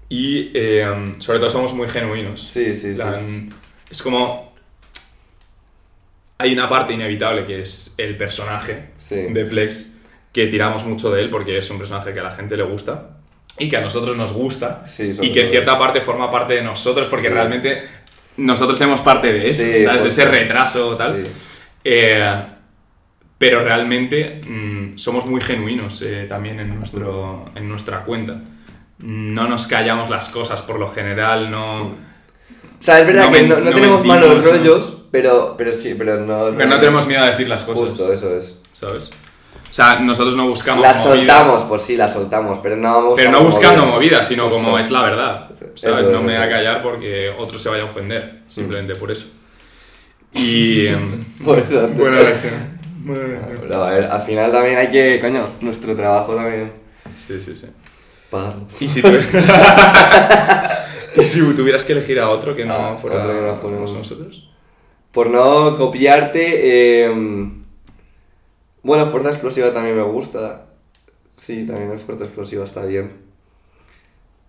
y eh, sobre todo somos muy genuinos.
Sí, sí, sí.
plan, Es como. Hay una parte inevitable que es el personaje
Sí.
de Flex, que tiramos mucho de él porque es un personaje que a la gente le gusta y que a nosotros nos gusta
Sí, sobre
y que en
todo
cierta parte forma parte de nosotros porque
Sí.
realmente nosotros somos parte de eso,
Sí,
¿sabes? De
pues,
ese retraso o tal.
Sí.
Eh, pero realmente mm, somos muy genuinos eh, también en, nuestro, en nuestra cuenta. No nos callamos las cosas por lo general, no.
O sea, es verdad
No
que
men-
no, no
no
tenemos
mentimos,
malos
¿no?
rollos, pero, pero sí, pero no...
Pero no tenemos miedo a decir las cosas.
Justo, eso es.
¿Sabes? O sea, nosotros no buscamos
Las
movidas,
soltamos, pues sí, las soltamos, pero no vamos
pero no buscando movidas, sino
Justo.
como es la verdad. ¿Sabes?
Eso es,
no me
eso
voy a
es. (laughs)
callar porque otro se vaya a ofender, simplemente por eso. (laughs) Y. em,
Por eso.
buena lección.
Pero, a ver, al final también hay que, coño, nuestro trabajo también
Sí, sí, sí.
pagarlo.
Y si, tuvi- (laughs) y si tuvieras que elegir a otro que no
Ah,
fuera
otro que no fuéramos.
nosotros.
Por no copiarte. eh, bueno, fuerza explosiva también me gusta. Sí, también es fuerza explosiva, está bien.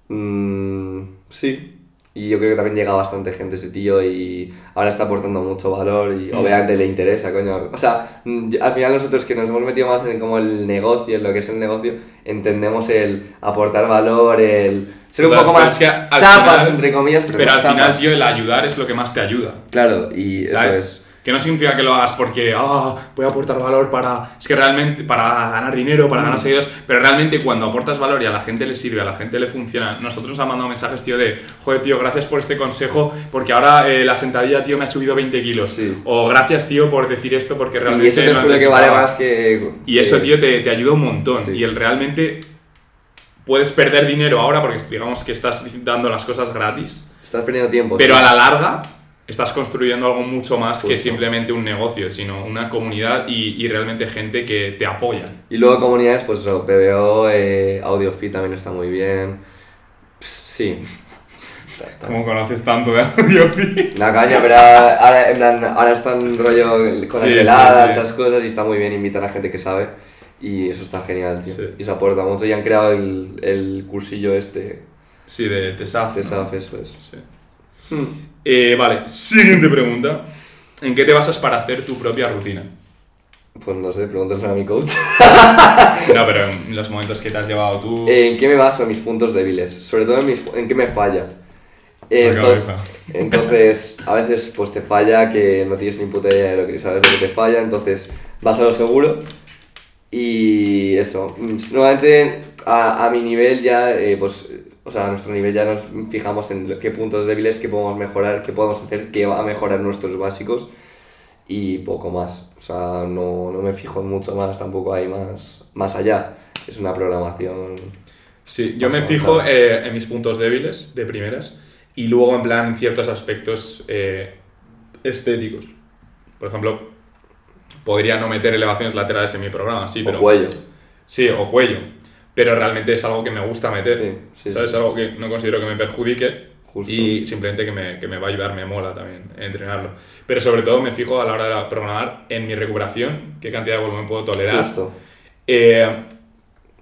Mm, sí. Y yo creo que también llega bastante gente ese tío y ahora está aportando mucho valor
Mm.
y obviamente le interesa, coño. O sea, mm, yo- al final nosotros que nos hemos metido más en como el negocio, en lo que es el negocio, entendemos el aportar valor, el ser un
Total,
poco
pero
más
es que al
chapas,
final-
entre comillas, pero,
Pero
no
al final,
chapas.
tío, el ayudar es lo que más te ayuda.
Claro, y eso
¿Sabes?
es.
Que no significa que lo hagas porque ah, voy a aportar valor para. Es que realmente. Para ganar dinero, para
Mm.
ganar seguidores. Pero realmente cuando aportas valor y a la gente le sirve, a la gente le funciona. Nosotros nos han mandado mensajes, tío, de. Joder, tío, gracias por este consejo. Porque ahora eh, la sentadilla, tío, me ha subido 20 kilos.
Sí.
O gracias, tío, por decir esto porque realmente.
Y eso te
no
juro que
necesitaba".
vale más que.
Y eso,
que-
tío, te, te ayuda un montón.
Sí.
Y el realmente. Puedes perder dinero ahora porque digamos que estás dando las cosas gratis.
Estás perdiendo tiempo.
Pero
sí.
a la larga estás construyendo algo mucho más que
Justo.
simplemente un negocio, sino una comunidad y, y realmente gente que te apoya.
Y luego comunidades, pues eso, BBO, eh, AudioFit también está muy bien. Pss, Sí.
Como conoces tanto de audio, sí.
La caña, pero ahora, en plan, ahora están rollo con las
Sí, sí,
veladas,
sí.
esas cosas, y está muy bien, invitan a gente que sabe. Y eso está genial, tío.
Sí.
Y se aporta mucho. Y han creado el, el cursillo este, pues,
Sí, de, de SAF.
de
¿no?
SAF, eso es.
Sí. Eh, vale, siguiente pregunta. ¿En qué te basas para hacer tu propia rutina?
Pues no sé, pregúntaselo a mi coach.
No, pero en los momentos que te has llevado tú...
¿En qué me baso? Mis puntos débiles. Sobre todo en, mis, en qué me falla. Eh,
La
Entonces,
cabeza. (laughs)
entonces, a veces pues te falla que no tienes ni puta idea de lo que sabes lo que te falla, entonces vas a lo seguro. Y eso, mm, normalmente a, a mi nivel ya, eh, pues, o sea, a nuestro nivel ya nos fijamos en lo- qué puntos débiles, qué podemos mejorar, qué podemos hacer, qué va a mejorar nuestros básicos y poco más. O sea, no, no me fijo en mucho más, tampoco hay más, más allá. Es una programación.
Sí, yo
Vas
me
avanzando.
fijo eh, en mis puntos débiles de primeras y luego en plan en ciertos aspectos eh, estéticos. Por ejemplo, podría no meter elevaciones laterales en mi programa, sí, pero...
o cuello.
Sí, o cuello. Pero realmente es algo que me gusta meter.
Sí, sí,
¿Sabes?
sí.
Algo que no considero que me perjudique.
Justo.
Y simplemente que me, que me va a ayudar, me mola también entrenarlo. Pero sobre todo me fijo a la hora de programar en mi recuperación, qué cantidad de volumen puedo tolerar.
Justo.
Eh,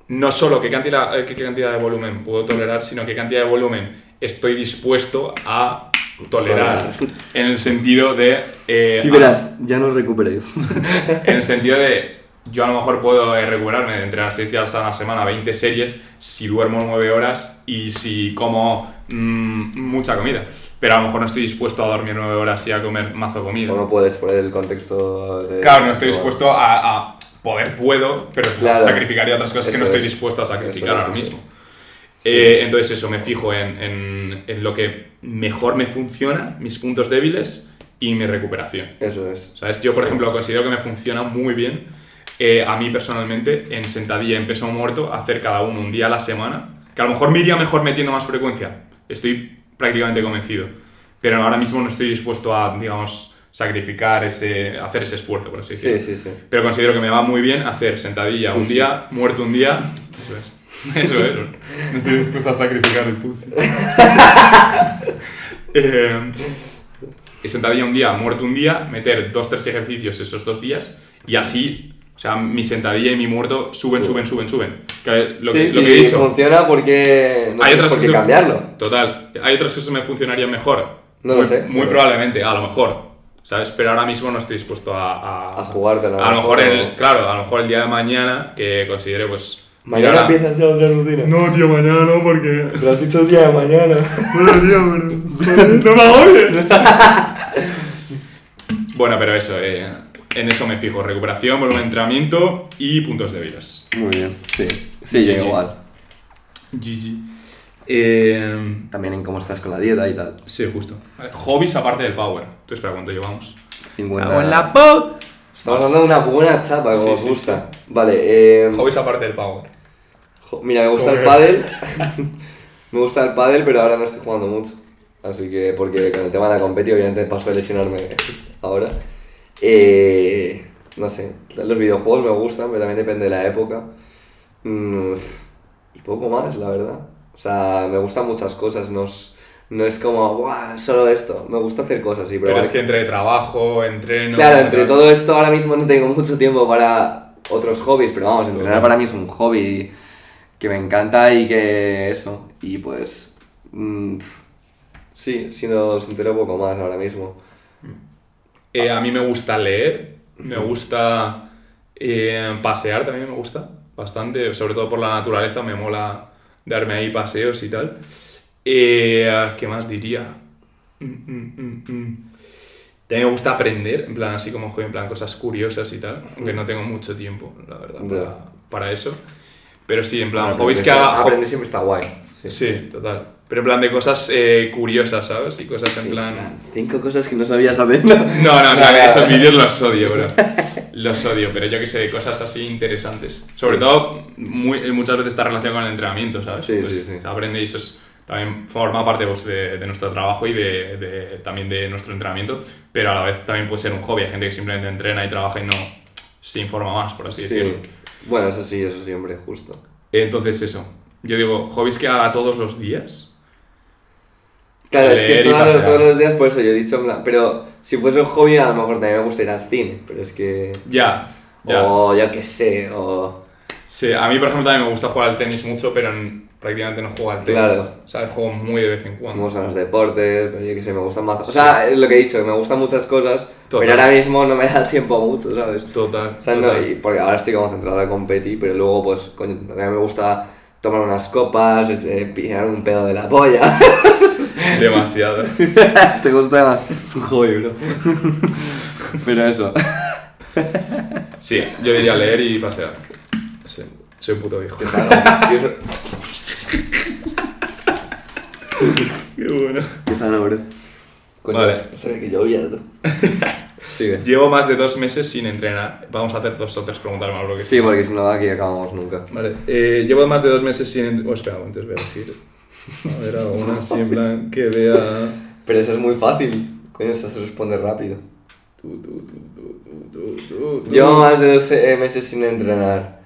no solo qué cantidad, eh, qué cantidad de volumen puedo tolerar, sino qué cantidad de volumen estoy dispuesto a tolerar.
Tolerar.
En el sentido de... eh,
ya nos recuperéis.
(laughs) en el sentido de, yo a lo mejor puedo eh, recuperarme de entrenar 6 días a la semana, 20 series, si duermo 9 horas y si como mm, mucha comida. Pero a lo mejor no estoy dispuesto a dormir 9 horas y a comer mazo comida.
O no puedes por el contexto de...
Claro, no estoy dispuesto a, a poder, puedo, pero
Claro.
sacrificaría otras cosas que
Eso
no estoy
es.
dispuesto a sacrificar
Eso es, eso
ahora
es.
mismo. Eh, entonces eso, me fijo en, en- en lo que mejor me funciona, mis puntos débiles y mi recuperación.
Eso es.
¿Sabes? Yo, por
Sí.
ejemplo, considero que me funciona muy bien eh, a mí personalmente en sentadilla, en peso muerto, hacer cada uno un día a la semana. Que a lo mejor me iría mejor metiendo más frecuencia. Estoy prácticamente convencido. Pero ahora mismo no estoy dispuesto a, digamos, sacrificar ese, hacer ese esfuerzo, por así decirlo.
Sí, sí, sí.
Pero considero que me va muy bien hacer sentadilla un
Pussy.
día, muerto un día. Eso es. (laughs) Eso es. No estoy dispuesto a sacrificar
(laughs)
el pussy. Eh, y sentadilla un día, muerto un día, meter dos, tres ejercicios esos dos días y así, o sea, mi sentadilla y mi muerto suben,
Sube.
suben, suben, suben. Que lo,
sí,
que,
sí,
lo que he dicho.
funciona porque no
Hay
tienes
otras
por qué
que se-
cambiarlo.
Total. Hay otras cosas que me funcionarían mejor.
No lo
muy,
sé,
Muy
pero-
probablemente, a lo mejor. ¿Sabes? Pero ahora mismo no estoy dispuesto a.
A jugártela,
A,
a
lo
lo
mejor,
mejor
el,
no.
claro, a lo mejor el día de mañana que considere, pues.
Mañana
mira, ahora-
empiezas ya otra rutina.
No, tío, mañana no, porque.
Lo has dicho el día de mañana.
No, tío, pero. ¡No me agobies!
Bueno, pero eso, eh, en eso me fijo. Recuperación, volumen de entrenamiento y puntos débiles.
Muy bien, sí. Sí, yo
Sí.
igual.
GG. Eh,
Em,
También en cómo estás con la dieta y tal.
sí, justo. Vale, Hobbies aparte del power. Tú espera cuánto llevamos.
50... Estamos dando una buena chapa, como
Sí,
os
sí,
gusta. Vale, eh...
Hobbies aparte del power.
jo- Mira, me gusta el pádel. (laughs) me gusta el pádel, pero ahora no estoy jugando mucho. Así que, porque con el tema de la competi, obviamente paso de lesionarme (laughs) ahora. Eh, no sé, los videojuegos me gustan, pero también depende de la época. Mm, y poco más, la verdad. O sea, me gustan muchas cosas, no es, no es como, ¡guau! Solo esto. Me gusta hacer cosas y
Pero,
probar
es que entre trabajo, entreno.
Claro, entre
tal.
todo esto ahora mismo no tengo mucho tiempo para otros hobbies, pero vamos, entrenar para mí es un hobby que me encanta y que eso, y pues... mm, sí, si nos entero poco más ahora mismo.
Eh, a mí me gusta leer, me gusta eh, pasear también, me gusta bastante, sobre todo por la naturaleza, me mola darme ahí paseos y tal. Eh, ¿Qué más diría? Mm, mm, mm, mm. También me gusta aprender, en plan así como joven, en plan cosas curiosas y tal, aunque no tengo mucho tiempo, la verdad, para,
Ya.
para eso. Pero sí, en plan,
Bueno,
hobbies
aprender-
que haga...
Aprender siempre está guay.
Sí, total. Pero en plan de cosas eh, curiosas, ¿sabes? Y cosas en
Sí,
plan...
Cinco cosas que no sabías hacer. No,
No, no, no,
Nada.
esos vídeos los odio, bro. Los odio, pero yo que sé, cosas así interesantes. Sobre todo, muy- muchas veces está relacionado con el entrenamiento, ¿sabes? Pues
Sí, sí, sí.
Aprende y eso es también forma parte pues, de, de nuestro trabajo y de, de- también de nuestro entrenamiento, pero a la vez también puede ser un hobby. Hay gente que simplemente entrena y trabaja y no se informa más, por así
Sí.
decirlo.
Bueno, eso sí, eso siempre, justo.
Entonces eso, yo digo, hobbies que haga todos los días.
Claro, es que
Leer
es
y
todos, los-
pasear.
todos los días, por eso yo he dicho, en plan, pero si fuese un hobby a lo mejor también me gusta ir al cine, pero es que...
Ya, ya.
O yo qué sé, o...
Sí, a mí por ejemplo también me gusta jugar al tenis mucho, pero n- prácticamente no juego al tenis.
Claro.
O sea, juego muy de vez en
Me
cuando.
gustan los deportes, pero yo qué sé, me gustan más... O sea, es lo que he dicho, que me gustan muchas cosas,
Total.
pero ahora mismo no me da (laughs) tiempo a mucho, ¿sabes?
Total.
O sea, no,
total.
y porque ahora estoy como centrado en competir, pero luego pues, coño, también me gusta tomar unas copas, este, pillar un pedo de la polla. (laughs)
(laughs) Demasiado.
Te gusta, es un hobby, bro. pero eso.
Sí, yo diría leer y pasear. Sí, soy un puto viejo.
Yo soy-
Qué bueno.
Qué sano, bro. Coño,
Vale.
no sabía que llovía, ¿no? (laughs) Sigue.
Llevo más de dos meses sin entrenar. Vamos a hacer dos o tres preguntas más, bloque.
Sí, porque si no, aquí acabamos nunca.
Vale, eh, llevo más de dos meses sin... Oh, espera, antes voy a decir... A ver, alguna así en plan que vea...
Pero eso es muy fácil. Coño, eso se responde rápido.
Tu, tu, tu, tu, tu, tu, tu, tu.
Llevo más de dos eh, meses sin entrenar.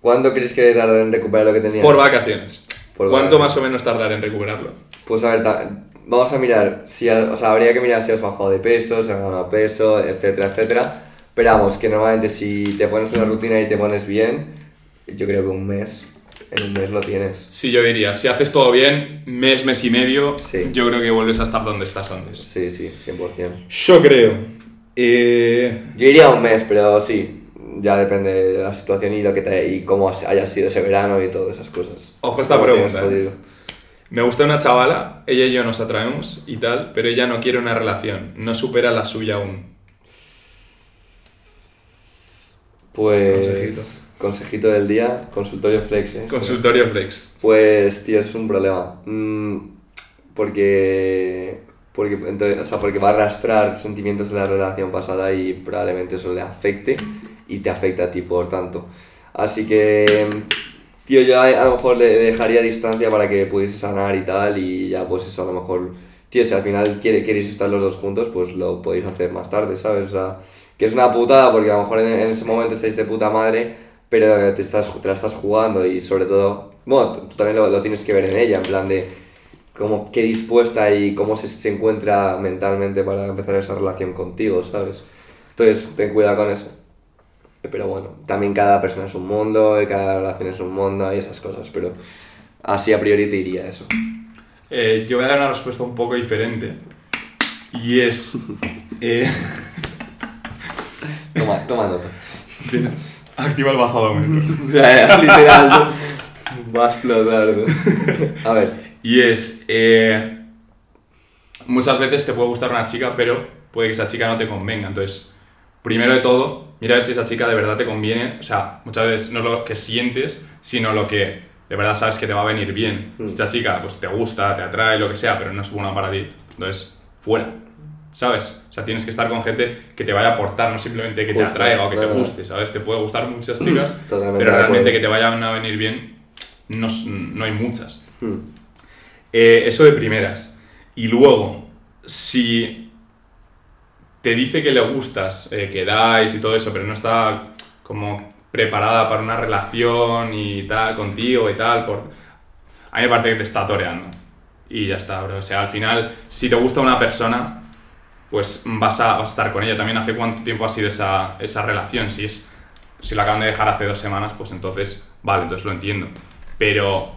¿Cuánto crees que tardaré en recuperar lo que tenía?
Por vacaciones.
Por
¿Cuánto
vacaciones.
más o menos tardaré en recuperarlo?
Pues a ver, ta- vamos a mirar, si ha- o sea, habría que mirar si has bajado de peso, si has ganado peso, etcétera, etcétera. Pero vamos, que normalmente si te pones una rutina y te pones bien, yo creo que un mes, en un mes lo tienes.
Sí, yo diría, si haces todo bien, mes, mes y medio,
Sí.
yo creo que vuelves a estar donde estás antes.
Sí, sí, 100%.
Yo creo. Eh,
Yo iría un mes, pero sí, ya depende de la situación y, lo que te, y cómo has- haya sido ese verano y todas esas cosas.
Ojo esta
Cómo te hayas
pregunta, eh.
podido.
Me gusta una chavala, ella y yo nos atraemos y tal, pero ella no quiere una relación, no supera la suya aún.
Pues...
Consejito.
Consejito del día, consultorio flex. eh.
Consultorio Flex.
Pues, tío, es un problema. Mm, porque. Porque, entonces, o sea, porque va a arrastrar sentimientos de la relación pasada y probablemente eso le afecte y te afecta a ti, por tanto. Así que, tío, yo a, a lo mejor le dejaría distancia para que pudiese sanar y tal y ya pues eso, a lo mejor, tío, si al final quiere, queréis estar los dos juntos, pues lo podéis hacer más tarde, ¿sabes? O sea, que es una putada porque a lo mejor en, en ese momento estáis de puta madre, pero te, estás, te la estás jugando y sobre todo, bueno, tú tú también lo, lo tienes que ver en ella, en plan de cómo, qué dispuesta y cómo se, se encuentra mentalmente para empezar esa relación contigo, ¿sabes? Entonces, ten cuidado con eso. Pero bueno, también cada persona es un mundo, y cada relación es un mundo y esas cosas, pero así a priori te diría eso.
Eh, yo voy a dar una respuesta un poco diferente. Y es... eh, (laughs)
Toma, toma (laughs) nota.
Activa el vasadómetro.
O sea, (laughs) literal, va a explotar. ¿no? (laughs) A ver,
Y es, eh, muchas veces te puede gustar una chica, pero puede que esa chica no te convenga. Entonces, primero de todo, mira a ver si esa chica de verdad te conviene. O sea, muchas veces no lo que sientes, sino lo que de verdad sabes que te va a venir bien.
Mm.
Si esa chica pues, te gusta, te atrae, lo que sea, pero no es buena para ti, entonces, fuera. ¿Sabes? O sea, tienes que estar con gente que te vaya a aportar, no simplemente que te
Justo,
atraiga o que
claro.
te guste, ¿sabes? Te puede gustar muchas chicas,
Totalmente
pero
de
realmente
acuerdo.
que te vayan a venir bien, no, s- no hay muchas.
hmm,
Eh, eso de primeras. Y luego, si te dice que le gustas, eh, que dais y todo eso, pero no está como preparada para una relación y tal, contigo y tal, por... a mí me parece que te está toreando. Y ya está, bro. O sea, al final, si te gusta una persona, pues vas a, vas a estar con ella. También hace cuánto tiempo ha sido esa, esa relación. Si es si lo acaban de dejar hace dos semanas, pues entonces, vale, entonces lo entiendo. Pero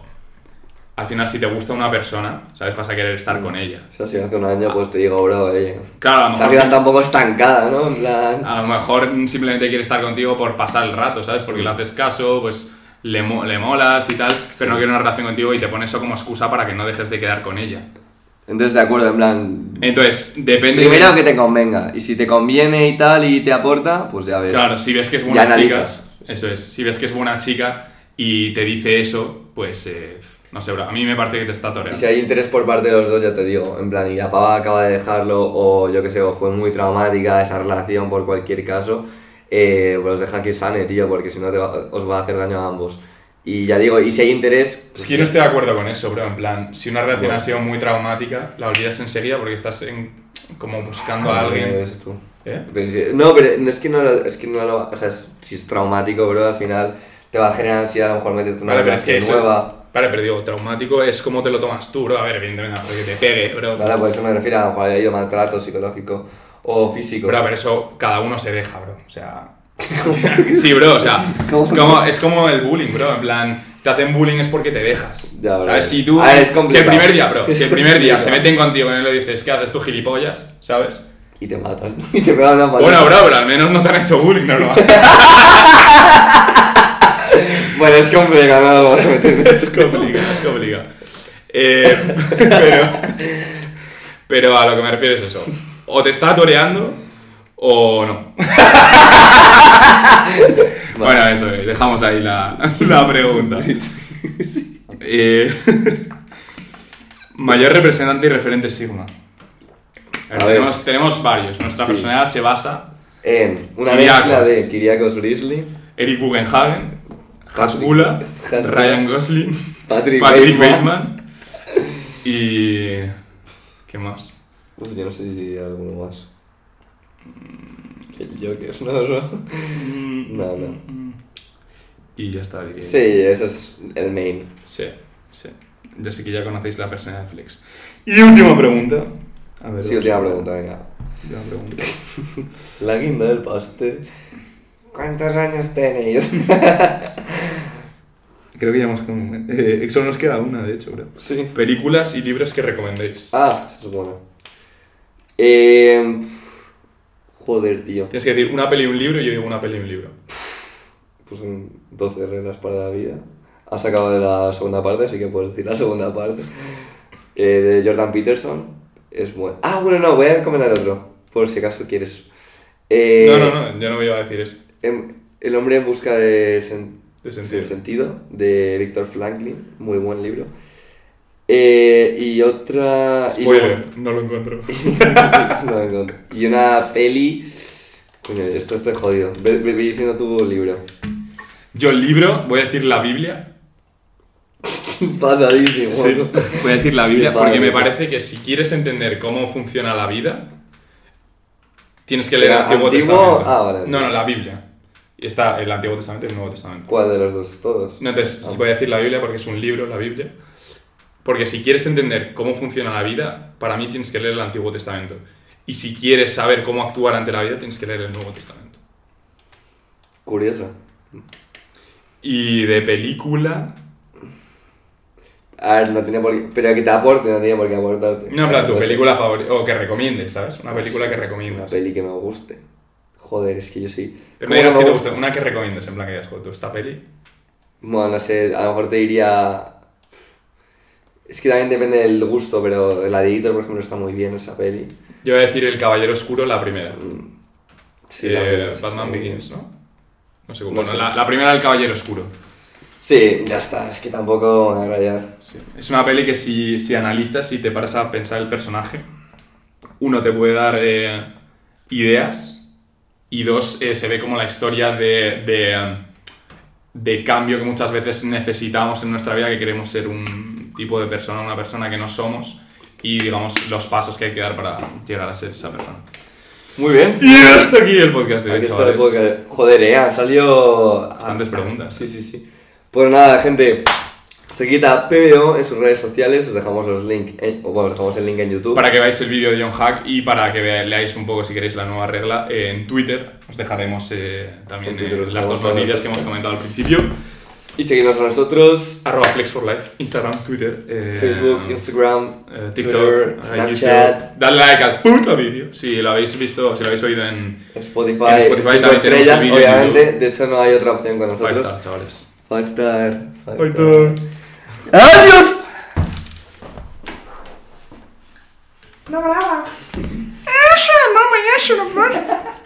al final, si te gusta una persona, ¿sabes? Vas a querer estar con ella.
o sea, si hace un año pues te digo, bro, oye.
Claro, a lo
Esa
mejor,
vida
sim-
está un poco estancada, ¿no? En plan...
a lo mejor simplemente quiere estar contigo por pasar el rato, ¿sabes? Porque le haces caso, pues le, mo- le molas y tal, pero no quiere una relación contigo y te pone eso como excusa para que no dejes de quedar con ella.
Entonces, de acuerdo, en plan...
Entonces, depende...
Primero que te convenga, y si te conviene y tal, y te aporta, pues ya ves.
Claro, si ves que es
Ya
buena chica,
analizas.
eso es, si ves que es buena chica y te dice eso, pues eh, no sé, bro, a mí me parece que te está
Y
toreando.
si hay interés por parte de los dos, ya te digo, en plan, y la pava acaba de dejarlo, o yo que sé, o fue muy traumática esa relación por cualquier caso, eh, pues deja que sane, tío, porque si no te va- os va a hacer daño a ambos. Y ya digo, y si hay interés, pues
Es que yo no estoy de acuerdo con eso, bro. En plan, si una relación ha sido muy traumática, la olvidas enseguida porque estás en- como buscando a alguien.
eres tú.
¿Eh?
Pero sí- No, pero no es que no, lo- es que no lo. O sea, es- si es traumático, bro, al final te va a generar ansiedad, a lo mejor meterte en una
Vale, pero es que
relación
eso.
nueva.
Vale, pero digo, traumático es como te lo tomas tú, bro. A ver, evidentemente, porque te pegue, bro.
Vale, pues eso me refiero a lo mejor ha habido maltrato psicológico o físico.
Bro, pero eso cada uno se deja, bro. O sea. (laughs) sí, bro,
(laughs)
o sea. Es como, es como el bullying, bro. En plan, te hacen bullying es porque te dejas.
Ya, bro.
¿Sabes? Si tú.
Ah, es
si el
complicado.
primer día, bro.
(laughs) Es
Si el primer día se
complicado.
meten contigo y no le dices, ¿qué haces tú, gilipollas? ¿Sabes?
Y te matan. (laughs) Y te pegan una patada.
Bueno, bro, pero al menos no te han hecho bullying,
(laughs)
no lo
Bueno, es complicado, no lo vas a
(laughs)
meter.
es complicado, es complicado. Eh, (laughs) pero, pero a lo que me refiero es eso. O te está toreando
(laughs)
o no. Bueno, eso, eh, dejamos ahí la, la pregunta. Eh, mayor representante y referente Sigma. A ver,
A ver.
Tenemos, tenemos varios. Nuestra
Sí.
personalidad se basa
En una
Kiriakos.
mezcla de Kiriakos Grizzly,
Eric Guggenhagen, Hasbula,
Hasbula.
Ryan Gosling,
Patrick,
Patrick
Bateman.
Bateman y... ¿Qué más?
Uf, yo no sé si hay alguno más. El Joker, (laughs) no, no.
Mm.
No, no.
Y ya está, diría.
Sí, eso es el main.
Sí, sí. Ya sé que ya conocéis la personalidad de Flex.
Y última pregunta. A ver,
Sí, última pregunta, venga.
última pregunta.
(laughs) La guinda del pastel. ¿Cuántos años tenéis?
Creo que ya hemos comen- eh, Solo nos queda una, de hecho, bro.
sí.
Películas y libros que recomendéis.
Ah, eso es bueno. Eh, joder, tío.
Tienes que decir una peli y un libro y yo digo una peli y un libro.
Pues un 12 reglas para la vida. Has sacado de la segunda parte, así que puedes decir la segunda parte. Eh, de Jordan Peterson. Es bueno. Ah, bueno, no, voy a recomendar otro. Por si acaso quieres. Eh,
No, no, no, yo no me iba a decir eso.
em- el hombre en busca de, sen-
De
sin
sentido.
sentido, de Víctor Franklin. Muy buen libro. Eh, y otra. Ah, y
Spoiler, no lo encuentro.
(laughs) No, no. Y una peli. Coño, esto estoy jodido. Ve, ve- ve diciendo tu libro. (laughs)
Yo el libro, voy a decir la Biblia.
Pasadísimo.
(laughs) Voy a decir la Biblia
Sí,
porque
vale.
me parece que si quieres entender cómo funciona la vida, tienes que leer el
Pero,
Antiguo
¿antiguo?
Testamento.
Ah, vale.
No, no, la Biblia. Y está el Antiguo Testamento y el Nuevo Testamento.
¿Cuál de los dos? Todos.
No, entonces voy a decir la Biblia porque es un libro, la Biblia. Porque si quieres entender cómo funciona la vida, para mí tienes que leer el Antiguo Testamento. Y si quieres saber cómo actuar ante la vida, tienes que leer el Nuevo Testamento.
Curioso.
Y de película...
A ver, no tiene por qué. Pero que te aporte, no tiene por qué aportarte.
No,
O sea,
hablas tu
puede ser
película favorita, o que recomiendes, ¿sabes? Una película que
Una
recomiendas.
peli que me guste. Joder, es que yo sí.
Pero
¿Cómo
me digas
no me
que te
gusta?
gusta, una que recomiendas, en plan que digas, "Joder, tú, esta peli.
Bueno, no sé, a lo mejor te diría. Es que también depende del gusto, pero la de Editor, por ejemplo, está muy bien esa peli.
Yo voy a decir El Caballero Oscuro, la primera.
Sí,
Eh,
la verdad es que está
Batman
muy bien.
Begins, ¿no? No sé,
No
bueno,
sé.
La, la primera El Caballero Oscuro.
Sí, ya está, es que tampoco me voy a rayar.
Es una peli que si, si analizas y te paras a pensar el personaje, uno te puede dar eh, ideas y dos eh, se ve como la historia de, de, de cambio que muchas veces necesitamos en nuestra vida, que queremos ser un tipo de persona, una persona que no somos y digamos los pasos que hay que dar para llegar a ser esa persona.
Muy bien.
Y hasta aquí el podcast de hoy,
Aquí está
chavales.
el podcast. Joder, eh, han salido.
Bastantes preguntas.
Sí, sí, sí. Pues nada, gente. Se quita PBO en sus redes sociales. Os dejamos los link en- o bueno, os dejamos el link en YouTube.
Para que veáis el vídeo de John Hack y para que vea- leáis un poco, si queréis, la nueva regla eh, en Twitter. Os dejaremos eh, también
En Twitter
eh,
os
las
dejamos
dos
todas las
noticias que hemos
cosas.
comentado al principio.
Y seguidnos a nosotros.
Arroba Flex for Life, Instagram, Twitter, eh,
Facebook, Instagram,
eh, TikTok,
Twitter,
eh,
Snapchat,
YouTube. Dadle like al puto vídeo si lo habéis visto, si lo habéis oído en
Spotify,
En Spotify
cinco
también tenemos el
estrellas,
vídeo en
obviamente.
YouTube.
De hecho, no hay otra opción con
Five
nosotros.
Stars, chavales.
Five Star. Five
Hoy
star.
todo.
¡Adiós!
Não grava. Acha, mamãe, acha, mamãe.